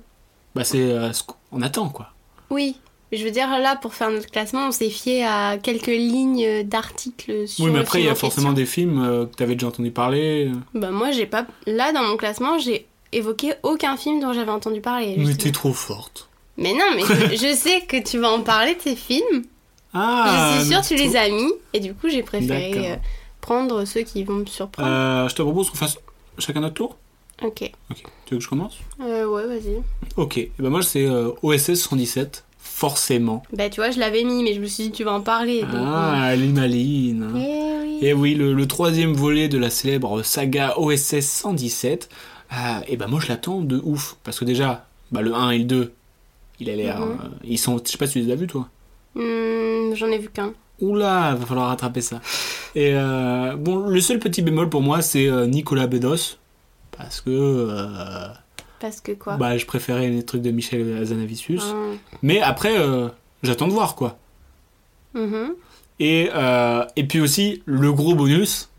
Bah, c'est euh, ce qu'on attend, quoi. Oui, mais je veux dire, là, pour faire notre classement, on s'est fié à quelques lignes d'articles sur oui, mais le après, il film y a en question. forcément des films euh, que t'avais déjà entendu parler. Bah moi, j'ai pas... Là, dans mon classement, j'ai évoqué aucun film dont j'avais entendu parler. Mais justement. t'es trop forte. Mais non, mais je, je sais que tu vas en parler de ces films. [laughs] Ah je suis sûre, mais tu les as mis. Et du coup, j'ai préféré D'accord. euh, prendre ceux qui vont me surprendre. Euh, je te propose qu'on fasse chacun notre tour. Ok. Ok. Tu veux que je commence Euh, ouais, vas-y. Ok. Et ben moi, c'est euh, OSS 117, forcément. Bah, tu vois, je l'avais mis, mais je me suis dit, tu vas en parler. donc, euh, Ah, les malines. Eh oui. Et oui, le, le troisième volet de la célèbre saga OSS 117. et ben moi je l'attends de ouf. Parce que déjà, bah, le 1 et le 2, il a l'air. Mhm. euh, ils sont. Je sais pas si tu les as vus toi. Hmm, J'en ai vu qu'un. Oula, va falloir rattraper ça. Et euh, bon, le seul petit bémol pour moi, c'est euh, Nicolas Bedos. Parce que. euh, Parce que quoi bah, je préférais les trucs de Michel Azanavicius. Ah. Mais après, euh, j'attends de voir quoi. Mhm. Et, euh, et puis aussi, le gros bonus,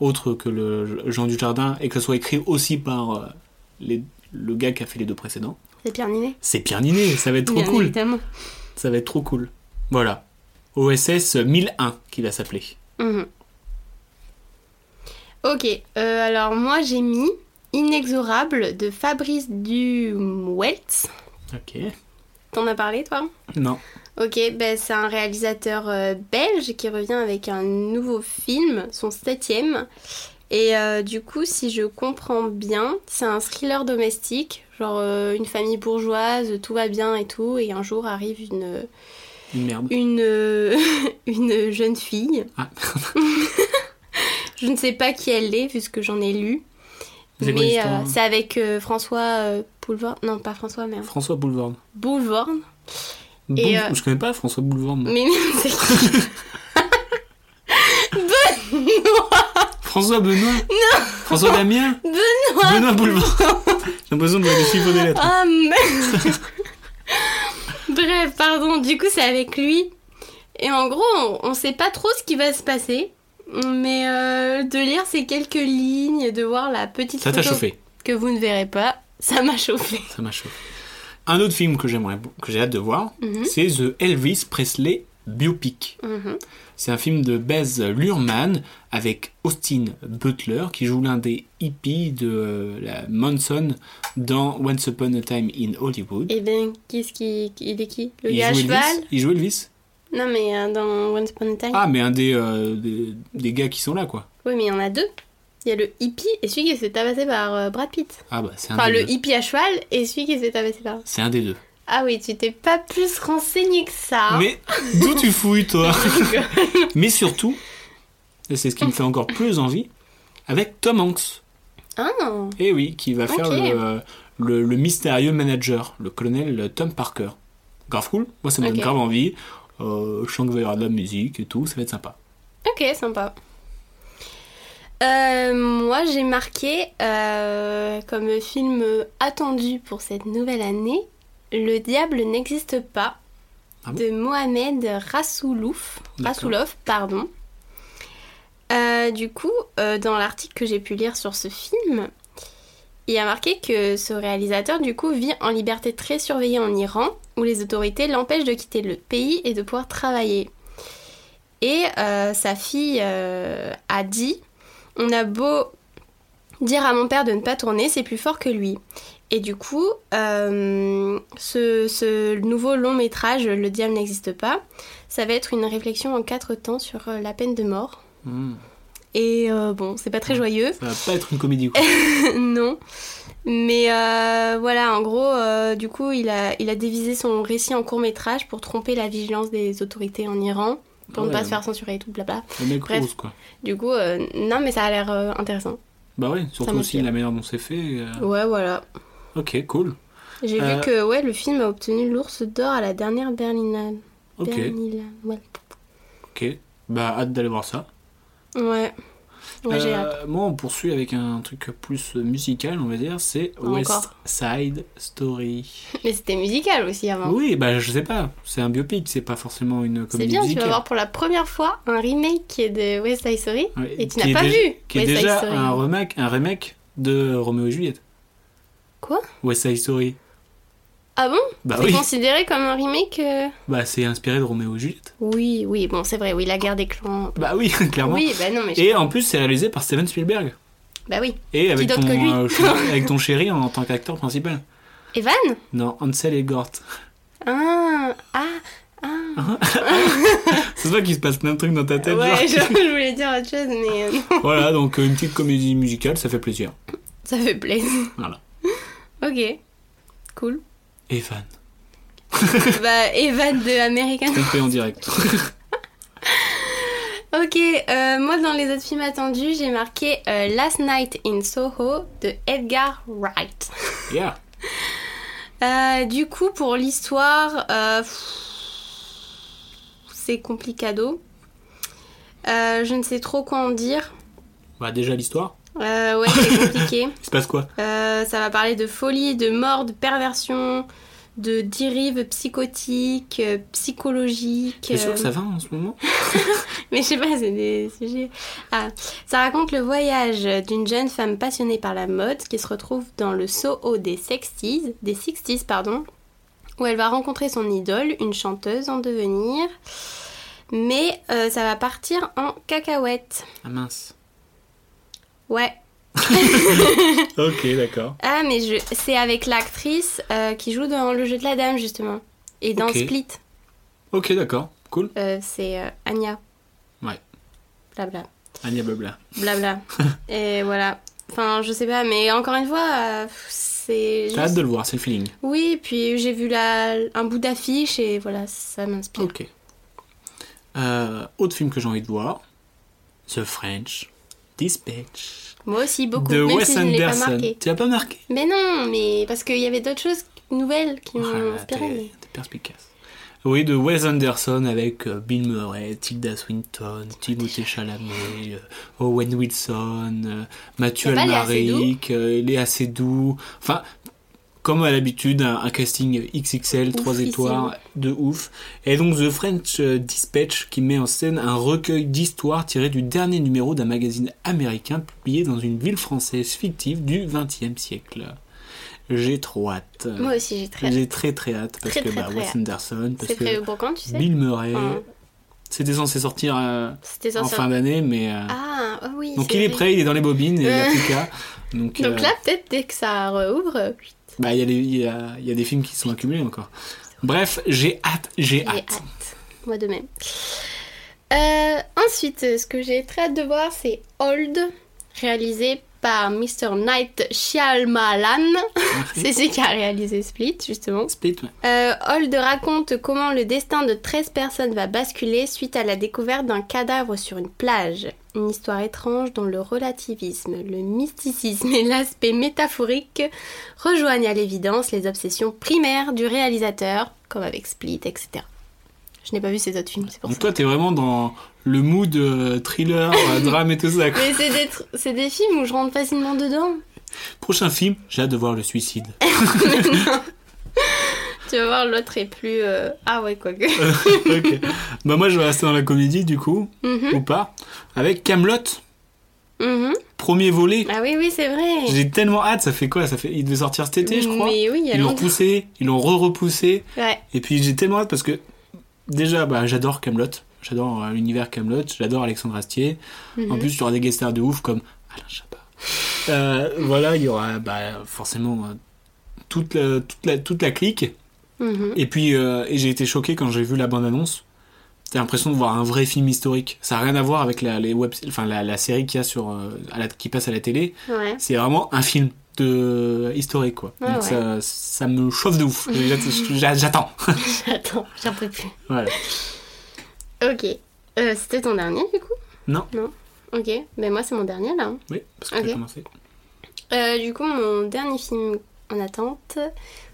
autre que le Jean du Jardin, et que ce soit écrit aussi par euh, les- le gars qui a fait les deux précédents, C'est Pierre Ninet. c'est Pierre Ninet, ça va être trop Bien cool. évidemment. Ça va être trop cool. Voilà. OSS 1001 qui va s'appeler. Mhm. Ok, euh, alors moi j'ai mis Inexorable de Fabrice Dumweltz. Ok. T'en as parlé toi Non. Ok, ben, c'est un réalisateur euh, belge qui revient avec un nouveau film, son septième. Et euh, du coup, si je comprends bien, c'est un thriller domestique, genre euh, une famille bourgeoise, tout va bien et tout, et un jour arrive une, Une merde. une, [laughs] euh, une jeune fille. Ah, Je ne sais pas qui elle est, vu ce que j'en ai lu. C'est quoi Mais l'histoire euh, c'est avec euh, François euh, Boulevard. Non, pas François, hein. merde. François Boulevard. Boulevard. Et, euh, Je connais pas François Boulevard. moi. Mais [laughs] [laughs] c'est qui Benoît François [laughs] Benoît François Damien Benoît Benoît Boulevard [laughs] J'ai l'impression de voir des chiffres des lettres. Ah merde [laughs] Bref, pardon, du coup c'est avec lui. Et en gros, on- on sait pas trop ce qui va se passer. Mais euh, de lire ces quelques lignes, et de voir la petite Ça t'a photo chauffé. que vous ne verrez pas, ça m'a chauffé. Ça m'a chauffé. Un autre film que j'aimerais, que j'ai hâte de voir, Mhm. c'est The Elvis Presley Biopic. Mhm. C'est un film de Baz Luhrmann avec Austin Butler qui joue l'un des hippies de euh, la Manson dans Once Upon a Time in Hollywood. Et ben, qu'est-ce qui. Il est qui Le il, gars à joue cheval Elvis. il joue Elvis. Non, mais euh, dans Once Upon a Time. Ah, mais un des, euh, des, des gars qui sont là, quoi. Oui, mais il y en a deux. Il y a le hippie et celui qui s'est tabassé par euh, Brad Pitt. Ah, bah, c'est un, Enfin, des le deux. hippie à cheval et celui qui s'est tabassé par. C'est un des deux. Ah oui, tu t'es pas plus renseigné que ça. Mais d'où tu fouilles, [laughs] toi [laughs] Mais surtout, et c'est ce qui me fait encore plus envie, avec Tom Hanks. Ah Et oui, qui va faire Ok. le, le, le mystérieux manager, le colonel Tom Parker. Grave cool, moi ça me Ok. donne grave envie. Euh, je sens qu'il va y avoir de la musique et tout, ça va être sympa. Ok, sympa. Euh, moi, j'ai marqué euh, comme film attendu pour cette nouvelle année Le diable n'existe pas Ah bon de Mohamed Rassoulouf, D'accord. Rassouloff. Pardon. Euh, du coup, euh, dans l'article que j'ai pu lire sur ce film, il y a marqué que ce réalisateur, du coup, vit en liberté très surveillée en Iran, où les autorités l'empêchent de quitter le pays et de pouvoir travailler. Et euh, sa fille euh, a dit On a beau dire à mon père de ne pas tourner, c'est plus fort que lui. Et du coup, euh, ce, ce nouveau long métrage, Le diable n'existe pas, ça va être une réflexion en quatre temps sur euh, la peine de mort. Hmm, Et euh, bon, c'est pas très joyeux, [laughs] ça va pas être une comédie quoi. non. Mais euh, voilà, en gros, euh, du coup, il a, il a dévisé son récit en court métrage pour tromper la vigilance des autorités en Iran, pour ne Ouais, pas se faire censurer et tout, blabla. Le mec Bref. rose quoi. Du coup, euh, non, mais ça a l'air euh, intéressant. Bah ouais, surtout aussi m'inspire. la manière dont c'est fait. euh, Ouais, voilà. Ok, cool. J'ai Euh, vu que ouais, le film a obtenu l'ours d'or à la dernière Berlinale. Ok, Berlinale, ouais. ok. Bah hâte d'aller voir ça. Ouais. Ouais, j'ai Euh, hâte. moi, on poursuit avec un truc plus musical, on va dire. C'est Encore. West Side Story. Mais c'était musical aussi avant. Oui, bah je sais pas. C'est un biopic, c'est pas forcément une C'est comédie bien, tu vas musicale. voir pour la première fois un remake qui est de West Side Story Ouais, et qui tu n'as est pas déjà- vu Qui est West Side déjà Story. un remake, un remake de Roméo et Juliette. Quoi West Side Story. Ah bon Bah C'est oui. considéré comme un remake euh, Bah c'est inspiré de Roméo et Juliette. Oui, oui, bon, c'est vrai, oui, la guerre des clans. Bah oui, [laughs] clairement. oui, bah non, mais. je- Et en plus, c'est réalisé par Steven Spielberg. Bah oui. Et avec d'autre ton, que lui [laughs] euh, ch- avec ton chéri en, tant qu'acteur principal. Evan Non, Ansel et Gort. [laughs] Ah, ah, ah. C'est ça qu'il se passe plein de trucs dans ta tête. ouais, [laughs] je, genre. je voulais dire autre chose, mais euh, [laughs] non. voilà, donc euh, une petite comédie musicale, ça fait plaisir. ça fait plaisir. Voilà. Ok, cool. [laughs] Et fan. bah, Evan de American. On fait en [laughs] direct. Ok, euh, moi dans les autres films attendus, j'ai marqué euh, Last Night in Soho de Edgar Wright. yeah. Euh, du coup, pour l'histoire, euh, pff, c'est complicado. Euh, je ne sais trop quoi en dire. Bah déjà l'histoire. Euh, ouais, c'est [laughs] compliqué. Il se passe quoi Euh, ça va parler de folie, de mort, de perversion, de dérive psychotique, euh, psychologique. T'es sûr que euh, ça va en ce moment Mais je sais pas, c'est des sujets. Ah. Ça raconte le voyage d'une jeune femme passionnée par la mode qui se retrouve dans le Soho des 60s, des 60s pardon, où elle va rencontrer son idole, une chanteuse en devenir. Mais euh, ça va partir en cacahuète. Ah mince. Ouais. Ok, d'accord. Ah, mais je... c'est avec l'actrice euh, qui joue dans Le jeu de la dame, justement. Et dans Ok. Split, Ok, d'accord. Cool. Euh, c'est euh, Anya. Ouais. Blabla. Anya Blabla. [laughs] blabla. et voilà. Enfin, je sais pas, mais encore une fois, euh, c'est. T'as hâte juste- de le voir, c'est le feeling. Oui, puis j'ai vu la... un bout d'affiche et voilà, ça m'inspire. Ok. Euh, autre film que j'ai envie de voir The French Dispatch. Moi aussi, beaucoup, de même Wes si je ne l'ai pas Anderson. marqué. Tu l'as pas marqué Mais non, mais parce qu'il y avait d'autres choses nouvelles qui m'ont Voilà, inspiré. Oh Ah, T'es t'es perspicace. Oui, de Wes Anderson avec euh, Bill Murray, Tilda Swinton, Timothée Chalamet, euh, Owen Wilson, euh, Mathieu Y a pas Léa Almaric, euh, Léa Seydoux. Enfin, comme à l'habitude, un, un casting XXL, Oufissime. 3 étoiles, de ouf. Et donc The French euh, Dispatch qui met en scène un recueil d'histoires tiré du dernier numéro d'un magazine américain publié dans une ville française fictive du XXe siècle. J'ai trop hâte. Moi aussi, j'ai très. J'ai très très hâte parce Très, que très, bah, très Wes hâte. Anderson, parce C'est prévu que pour quand, tu sais Bill Murray, Enfin, c'était censé sortir euh, C'était en censé. fin d'année, mais euh, Ah, oh oui. donc c'est il est vrai. prêt, il est dans les bobines, et il n'y a Euh. plus qu'à. Donc, euh, Donc là, peut-être dès que ça rouvre, euh, bah, il y, a les- il y a, il y a des films qui sont accumulés encore. Bref, j'ai hâte, j'ai j'ai hâte. hâte. Moi de même. Euh, ensuite, euh, ce que j'ai très hâte de voir, c'est Old, réalisé par Mr. Night Shyamalan. [laughs] [laughs] c'est celui qui a réalisé Split, justement. Split, ouais. Euh, Old raconte comment le destin de 13 personnes va basculer suite à la découverte d'un cadavre sur une plage. Une histoire étrange dont le relativisme, le mysticisme et l'aspect métaphorique rejoignent à l'évidence les obsessions primaires du réalisateur, comme avec Split, etc. Je n'ai pas vu ces autres films, c'est [laughs] pour Donc ça. toi, t'es vraiment dans le mood euh, thriller, [laughs] euh, drame et tout ça. quoi. Mais c'est des, tr- c'est des films où je rentre facilement dedans. Prochain film, j'ai hâte de voir le suicide. [laughs] Tu vas voir, l'autre est plus... euh, Ah ouais, quoique. [laughs] ok. Bah moi, je vais rester dans la comédie du coup, Mhm, ou pas, avec Camelot, mhm. premier volet. Ah oui, oui, c'est vrai. J'ai tellement hâte, ça fait quoi ça fait... Il devait sortir cet été, je crois. Mais oui, il y a Ils l'ont longtemps. repoussé, ils l'ont re-repoussé. Ouais. Et puis j'ai tellement hâte parce que déjà, bah, j'adore Camelot, j'adore euh, l'univers Camelot, j'adore Alexandre Astier. En Mhm. plus, il y aura des guest stars de ouf comme Alain Chabat. Euh, voilà, il y aura bah, forcément euh, toute la, toute, la, toute la clique. mhm. Et puis, euh, et j'ai été choqué quand j'ai vu la bande-annonce. T'as l'impression de voir un vrai film historique. Ça n'a rien à voir avec la, les web, enfin, la, la série qu'il y a sur, euh, à la- qui passe à la télé [laughs] Ouais. c'est vraiment un film de historique quoi. Ouais, Donc ouais. ça, ça me chauffe de ouf. [laughs] J'a- j'a- J'attends. [laughs] Attends, j'en peux plus. Voilà. Ok. Euh, C'était ton dernier du coup Non. Non. Ok. Ben moi c'est mon dernier là. Oui, parce que Ok. t'as commencé. Euh, du coup mon dernier film en attente,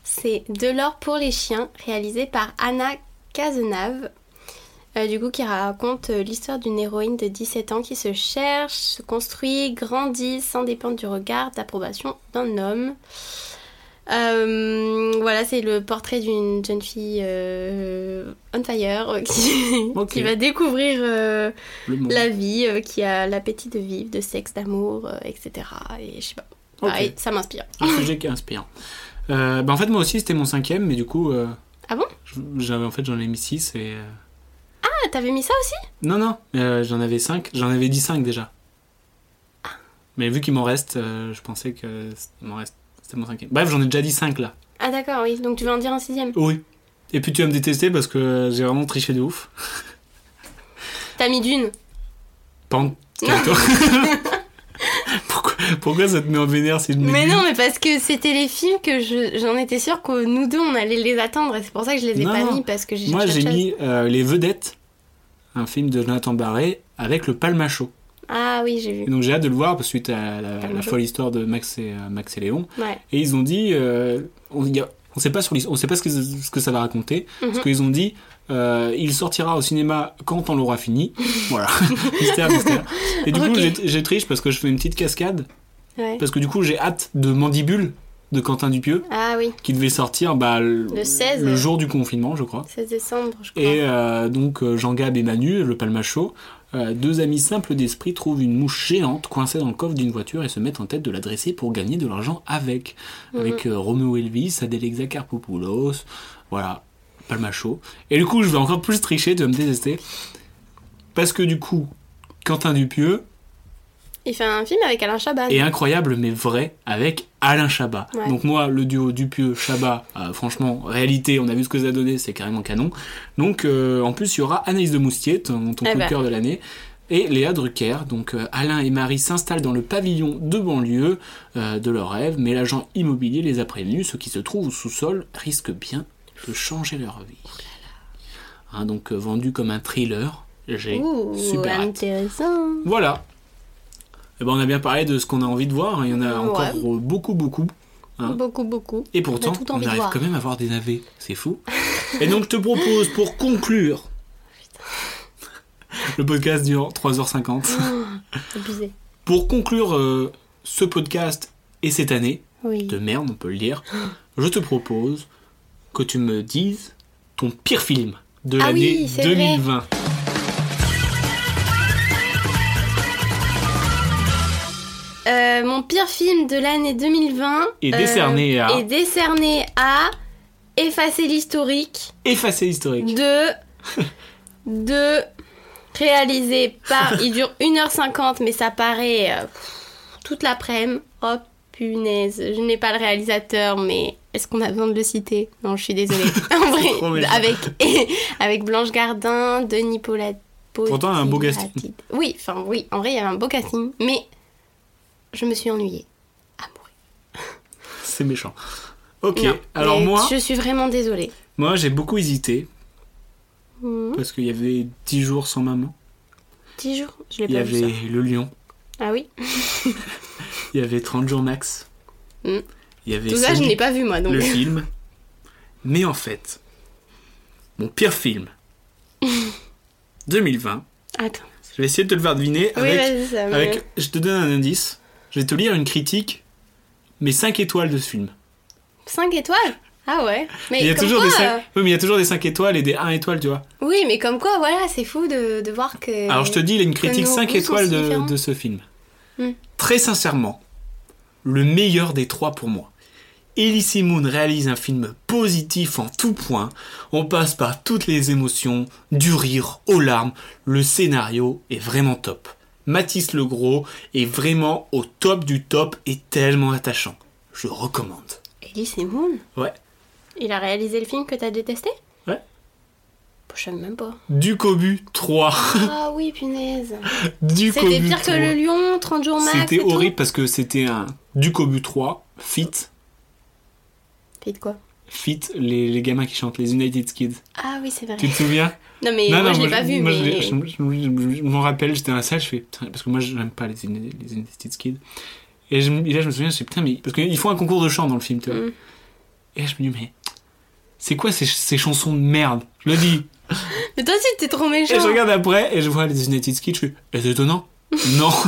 c'est De l'or pour les chiens, réalisé par Anna Cazenave. euh, du coup, qui raconte euh, l'histoire d'une héroïne de 17 ans qui se cherche, se construit, grandit sans dépendre du regard d'approbation d'un homme. Euh, voilà, c'est le portrait d'une jeune fille euh, on fire [laughs] euh, qui, Ok. qui va découvrir euh, Le monde. la vie, euh, qui a l'appétit de vivre, de sexe, d'amour, euh, etc. Et je sais pas. Ok. Pareil, ça m'inspire. Un sujet qui inspire. Euh, bah en fait, moi aussi, c'était mon cinquième, mais du coup. euh, Ah bon je- j'avais, En fait, j'en ai mis six et. euh, Ah, t'avais mis ça aussi Non, non, euh, j'en avais cinq. J'en avais dit cinq déjà. Ah. Mais vu qu'il m'en reste, euh, je pensais que c'était- il m'en reste. C'était mon cinquième. Bref, j'en ai déjà dit cinq là. Ah d'accord, oui. Donc tu veux en dire un sixième Oui. Et puis tu vas me détester parce que euh, j'ai vraiment triché de ouf. T'as mis d'une. Pente, [laughs] calme-toi. pourquoi, pourquoi ça te met en vénère si je mets Mais du- non, mais parce que c'était les films que je- j'en étais sûre que nous deux on allait les attendre et c'est pour ça que je les ai Non, pas non. mis parce que j'ai Moi, cherché j'ai autre chose. mis euh, Les Vedettes, un film de Jonathan Barré avec le Palmacho. Ah oui, j'ai Et vu. donc j'ai hâte de le voir parce que suite à la, la Palmacho. folle histoire de Max et, euh, Max et Léon. Ouais. Et ils ont dit, euh, on ne sait pas sur l'his- on sait pas ce que, ce que ça va raconter, parce Mhm. qu'ils ont dit, euh, il sortira au cinéma quand on l'aura [laughs] fini. voilà, [laughs] mystère, mystère. Et du Ok. coup, j'ai- j'ai triche parce que je fais une petite cascade, Ouais. parce que du coup, j'ai hâte de Mandibule de Quentin Dupieux, Ah oui, qui devait sortir bah, le, Le 16. le jour du confinement, je crois. 16 décembre, je crois. Et euh, donc euh, Jean-Gab et Manu, le palmacho, euh, deux amis simples d'esprit trouvent une mouche géante coincée dans le coffre d'une voiture et se mettent en tête de la dresser pour gagner de l'argent avec. Avec euh, Romeo Elvis, Adélexa Carpopoulos, voilà, palmacho. Et du coup, je vais encore plus tricher, tu vas me détester. Parce que du coup, Quentin Dupieux Il fait un film avec Alain Chabat. est incroyable mais vrai avec Alain Chabat. Ouais. Donc moi, le duo Dupieux-Chabat, euh, franchement, réalité, on a vu ce que ça a donné, c'est carrément canon. Donc euh, en plus, il y aura Anaïs de Moustier, ton, ton Eh coup ben. de cœur de l'année. Et Léa Drucker, donc euh, Alain et Marie s'installent dans le pavillon de banlieue euh, de leur rêve, mais l'agent immobilier les a prévenus, ceux qui se trouvent au sous-sol risquent bien de changer leur vie. Hein, donc euh, vendu comme un thriller, j'ai Ouh, super hâte. intéressant. Voilà. Eh ben, on a bien parlé de ce qu'on a envie de voir. Il y en a Ouais. encore euh, beaucoup, beaucoup. Hein Beaucoup, beaucoup. Et pourtant, On a tout on, envie de arrive voir. quand même à voir des navets. C'est [laughs] fou. Et donc, je te propose, pour conclure, le podcast dure 3h50. Abusé. Pour conclure euh, ce podcast et cette année Oui. de merde, on peut le dire, je te propose que tu me dises ton pire film de Ah oui, l'année c'est vrai. 2020. Euh, mon pire film de l'année 2020 Est euh, décerné à- est décerné à Effacer l'historique Effacé historique. de de réalisé [laughs] par il dure 1h50 mais ça paraît euh, pff, toute l'après-midi. Oh punaise, je n'ai pas le réalisateur mais est-ce qu'on a besoin de le citer Non, je [laughs] suis désolée. En vrai, trop méchant. avec [laughs] avec Blanche Gardin, Denis Polat Pourtant, un beau Potiratide. casting. Oui, enfin oui, en vrai, il y avait un beau casting, mais je me suis ennuyée. à mourir. C'est méchant. Ok, Non, alors mais moi. je suis vraiment désolée. Moi, j'ai beaucoup hésité Mhm. parce qu'il y avait 10 jours sans maman. 10 jours, je l'ai Il y pas vu avait ça. le lion. Ah oui. Il y avait 30 jours max. Mm. Il y avait Tout ça, je Sonic, n'ai pas vu moi donc. le film. Mais en fait, mon pire [laughs] film 2020, Attends. je vais essayer de te le faire deviner. oui, avec, vas-y, ça me- avec- je te donne un indice. Je vais te lire une critique, mais 5 étoiles de ce film. 5 étoiles Ah ouais. Mais il y a comme toujours quoi, des 5... euh, Oui, mais il y a toujours des 5 étoiles et des 1 étoile, tu vois. Oui, mais comme quoi, voilà, c'est fou de, de voir que. Alors je te dis, il a une que critique nos 5 goûts sont étoiles si de, différents. de ce film. Hmm. Très sincèrement, le meilleur des trois pour moi. Elise Moon réalise un film positif en tout point. On passe par toutes les émotions, du rire aux larmes. Le scénario est vraiment top. Mathis Legros est vraiment au top du top et tellement attachant. Je recommande. Ellie Semoun Ouais. Il a réalisé le film que t'as détesté Ouais. Bon, Je sais même [laughs] pas. Du Cobu 3. Ah oui, punaise. Du C'était Cobu pire que 3. le lion, 30 jours max. C'était et tout. horrible parce que c'était un Ducobu 3 fit Puis de quoi fit les, les gamins qui chantent les United Kids. Ah oui, c'est vrai. Tu te [laughs] souviens Non, mais moi, je l'ai pas vu, moi, je mais. l'ai- je, je- je- je m'en rappelle, j'étais à la salle, je fais putain, parce que moi j'aime pas les, Uni- les United Kids. Et, je, me- et là je me souviens, je fais putain, mais parce qu'ils font un concours de chant dans le film, tu vois. Mm. [laughs] Et là, je me dis mais c'est quoi ces, ces chansons de merde Je le dis. Mais toi aussi, t'es trop méchant. Et je regarde après et je vois les United Skits, je suis, Eh, c'est [laughs] étonnant. non. [laughs]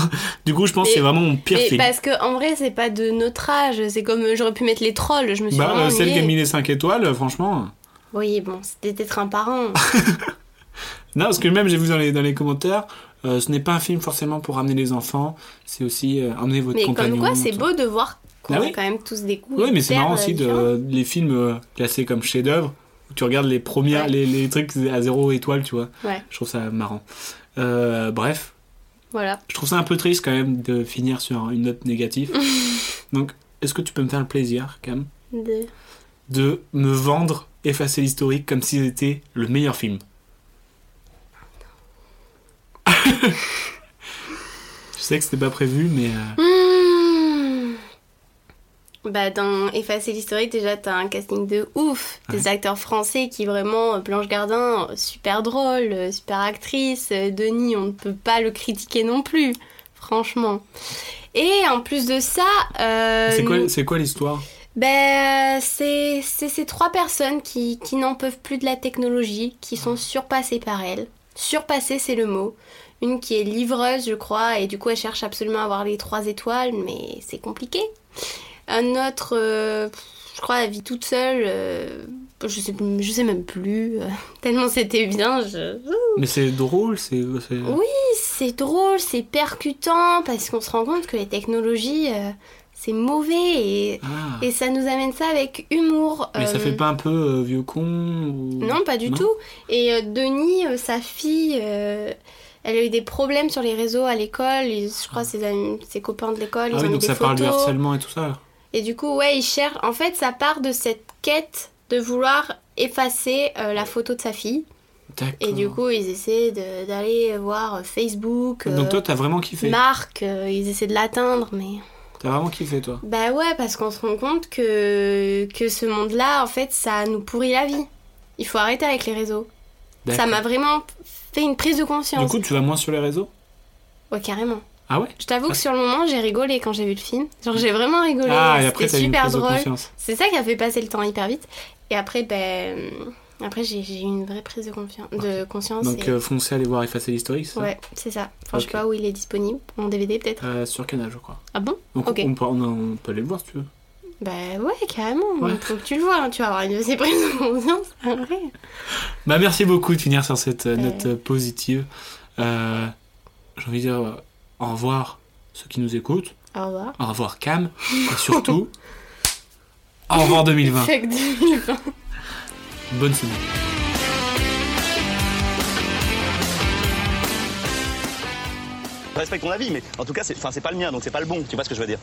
Du coup, je pense que c'est Mais- vraiment mon pire Mais bah, film. Bah, parce que en vrai, c'est pas de notre âge. C'est comme euh, j'aurais pu mettre les trolls. Je me suis Bah, vraiment euh, celle qui a ennuyée. mis les 5 étoiles, euh, franchement. Oui, bon, c'était peut-être un parent. Non, parce que même j'ai vu dans les, dans les commentaires, euh, ce n'est pas un film forcément pour ramener les enfants, c'est aussi euh, emmener votre mais compagnon. comme quoi, c'est tout. beau de voir qu'on Ah a oui. quand même tous des goûts. Oui, mais c'est hyper, marrant euh, aussi de, différents. les films euh, classés comme chefs-d'œuvre. où Tu regardes les premières, Ouais. les, les trucs à zéro étoile, tu vois. Ouais. Je trouve ça marrant. Euh, bref, Voilà. je trouve ça un peu triste quand même de finir sur une note [laughs] négative. Donc, est-ce que tu peux me faire le plaisir, Cam, De- de me vendre Effacer l'historique comme si c'était le meilleur film [laughs] Je sais que c'était pas prévu, mais euh, Hmm. Bah, dans Effacer l'historique, déjà, t'as un casting de ouf. Des acteurs français qui vraiment, euh, Blanche Gardin, euh, super drôle, euh, super actrice. euh, Denis, on ne peut pas le critiquer non plus, franchement. Et en plus de ça. euh, c'est quoi, c'est quoi l'histoire Ben, euh, c'est c'est ces trois personnes qui, qui n'en peuvent plus de la technologie, qui sont surpassées par elle. Surpassées, c'est le mot. Une qui est livreuse, je crois, et du coup, elle cherche absolument à avoir les trois étoiles, mais c'est compliqué. Un autre, euh, je crois, elle vit toute seule. euh, je, sais, je sais même plus. euh, [laughs] tellement c'était bien, je... Mais c'est drôle, c'est. c'est- C'est drôle, c'est percutant, parce qu'on se rend compte que les technologies, euh, c'est mauvais et... Ah. Et ça nous amène ça avec humour. Mais ça euh, fait pas un peu euh, vieux con ou- Non, pas du Non. tout. Et euh, Denis, euh, sa fille, euh, elle a eu des problèmes sur les réseaux à l'école. Ils- Je crois ses, amis- ses copains de l'école, ils Ah ont oui, mis donc des ça parle photos. du harcèlement et tout ça. Et du coup, ouais, il cherche. En fait, ça part de cette quête de vouloir effacer euh, la photo de sa fille. D'accord. Et du coup, ils essaient de- d'aller voir Facebook, euh, Donc toi, t'as vraiment kiffé. Marc. euh, ils essaient de l'atteindre, mais. T'as vraiment kiffé, toi. Bah ouais, parce qu'on se rend compte que, que ce monde-là, en fait, ça nous pourrit la vie. Il faut arrêter avec les réseaux. Ça D'accord. m'a vraiment fait une prise de Du conscience. coup, tu vas moins sur les réseaux ouais, carrément. Ah ouais Je t'avoue que sur le moment, j'ai rigolé quand j'ai vu le film. Genre, j'ai vraiment rigolé. Ah, et après, t'as C'était eu une super prise de drôle. conscience. C'est ça qui a fait passer le temps hyper vite. Et après, ben. euh, Après, j'ai j'ai eu une vraie prise de, confiance de conscience. Donc et- euh, foncez aller voir Effacer l'historique, c'est ça Ouais, c'est ça. Enfin, je sais Ok. pas où il est disponible. En DVD, peut-être. Euh, Sur Canal, je crois. Ah bon Donc Ok. on, peut, on- on peut aller le voir si tu veux. Bah ouais, carrément. Ouais. Faut que tu le vois. hein. Tu vas avoir une de ces prises [laughs] de conscience. Ah, ouais. Bah merci beaucoup de finir sur cette euh, Ouais. note euh, positive. Euh, J'ai envie de dire euh, au revoir ceux qui nous écoutent, Au revoir. au revoir Cam, et [laughs] surtout au revoir 2020. Fuck 2020. Bonne semaine. Je respecte ton avis, mais en tout cas, c'est enfin, c'est pas le mien, donc c'est pas le bon. Tu vois ce que je veux dire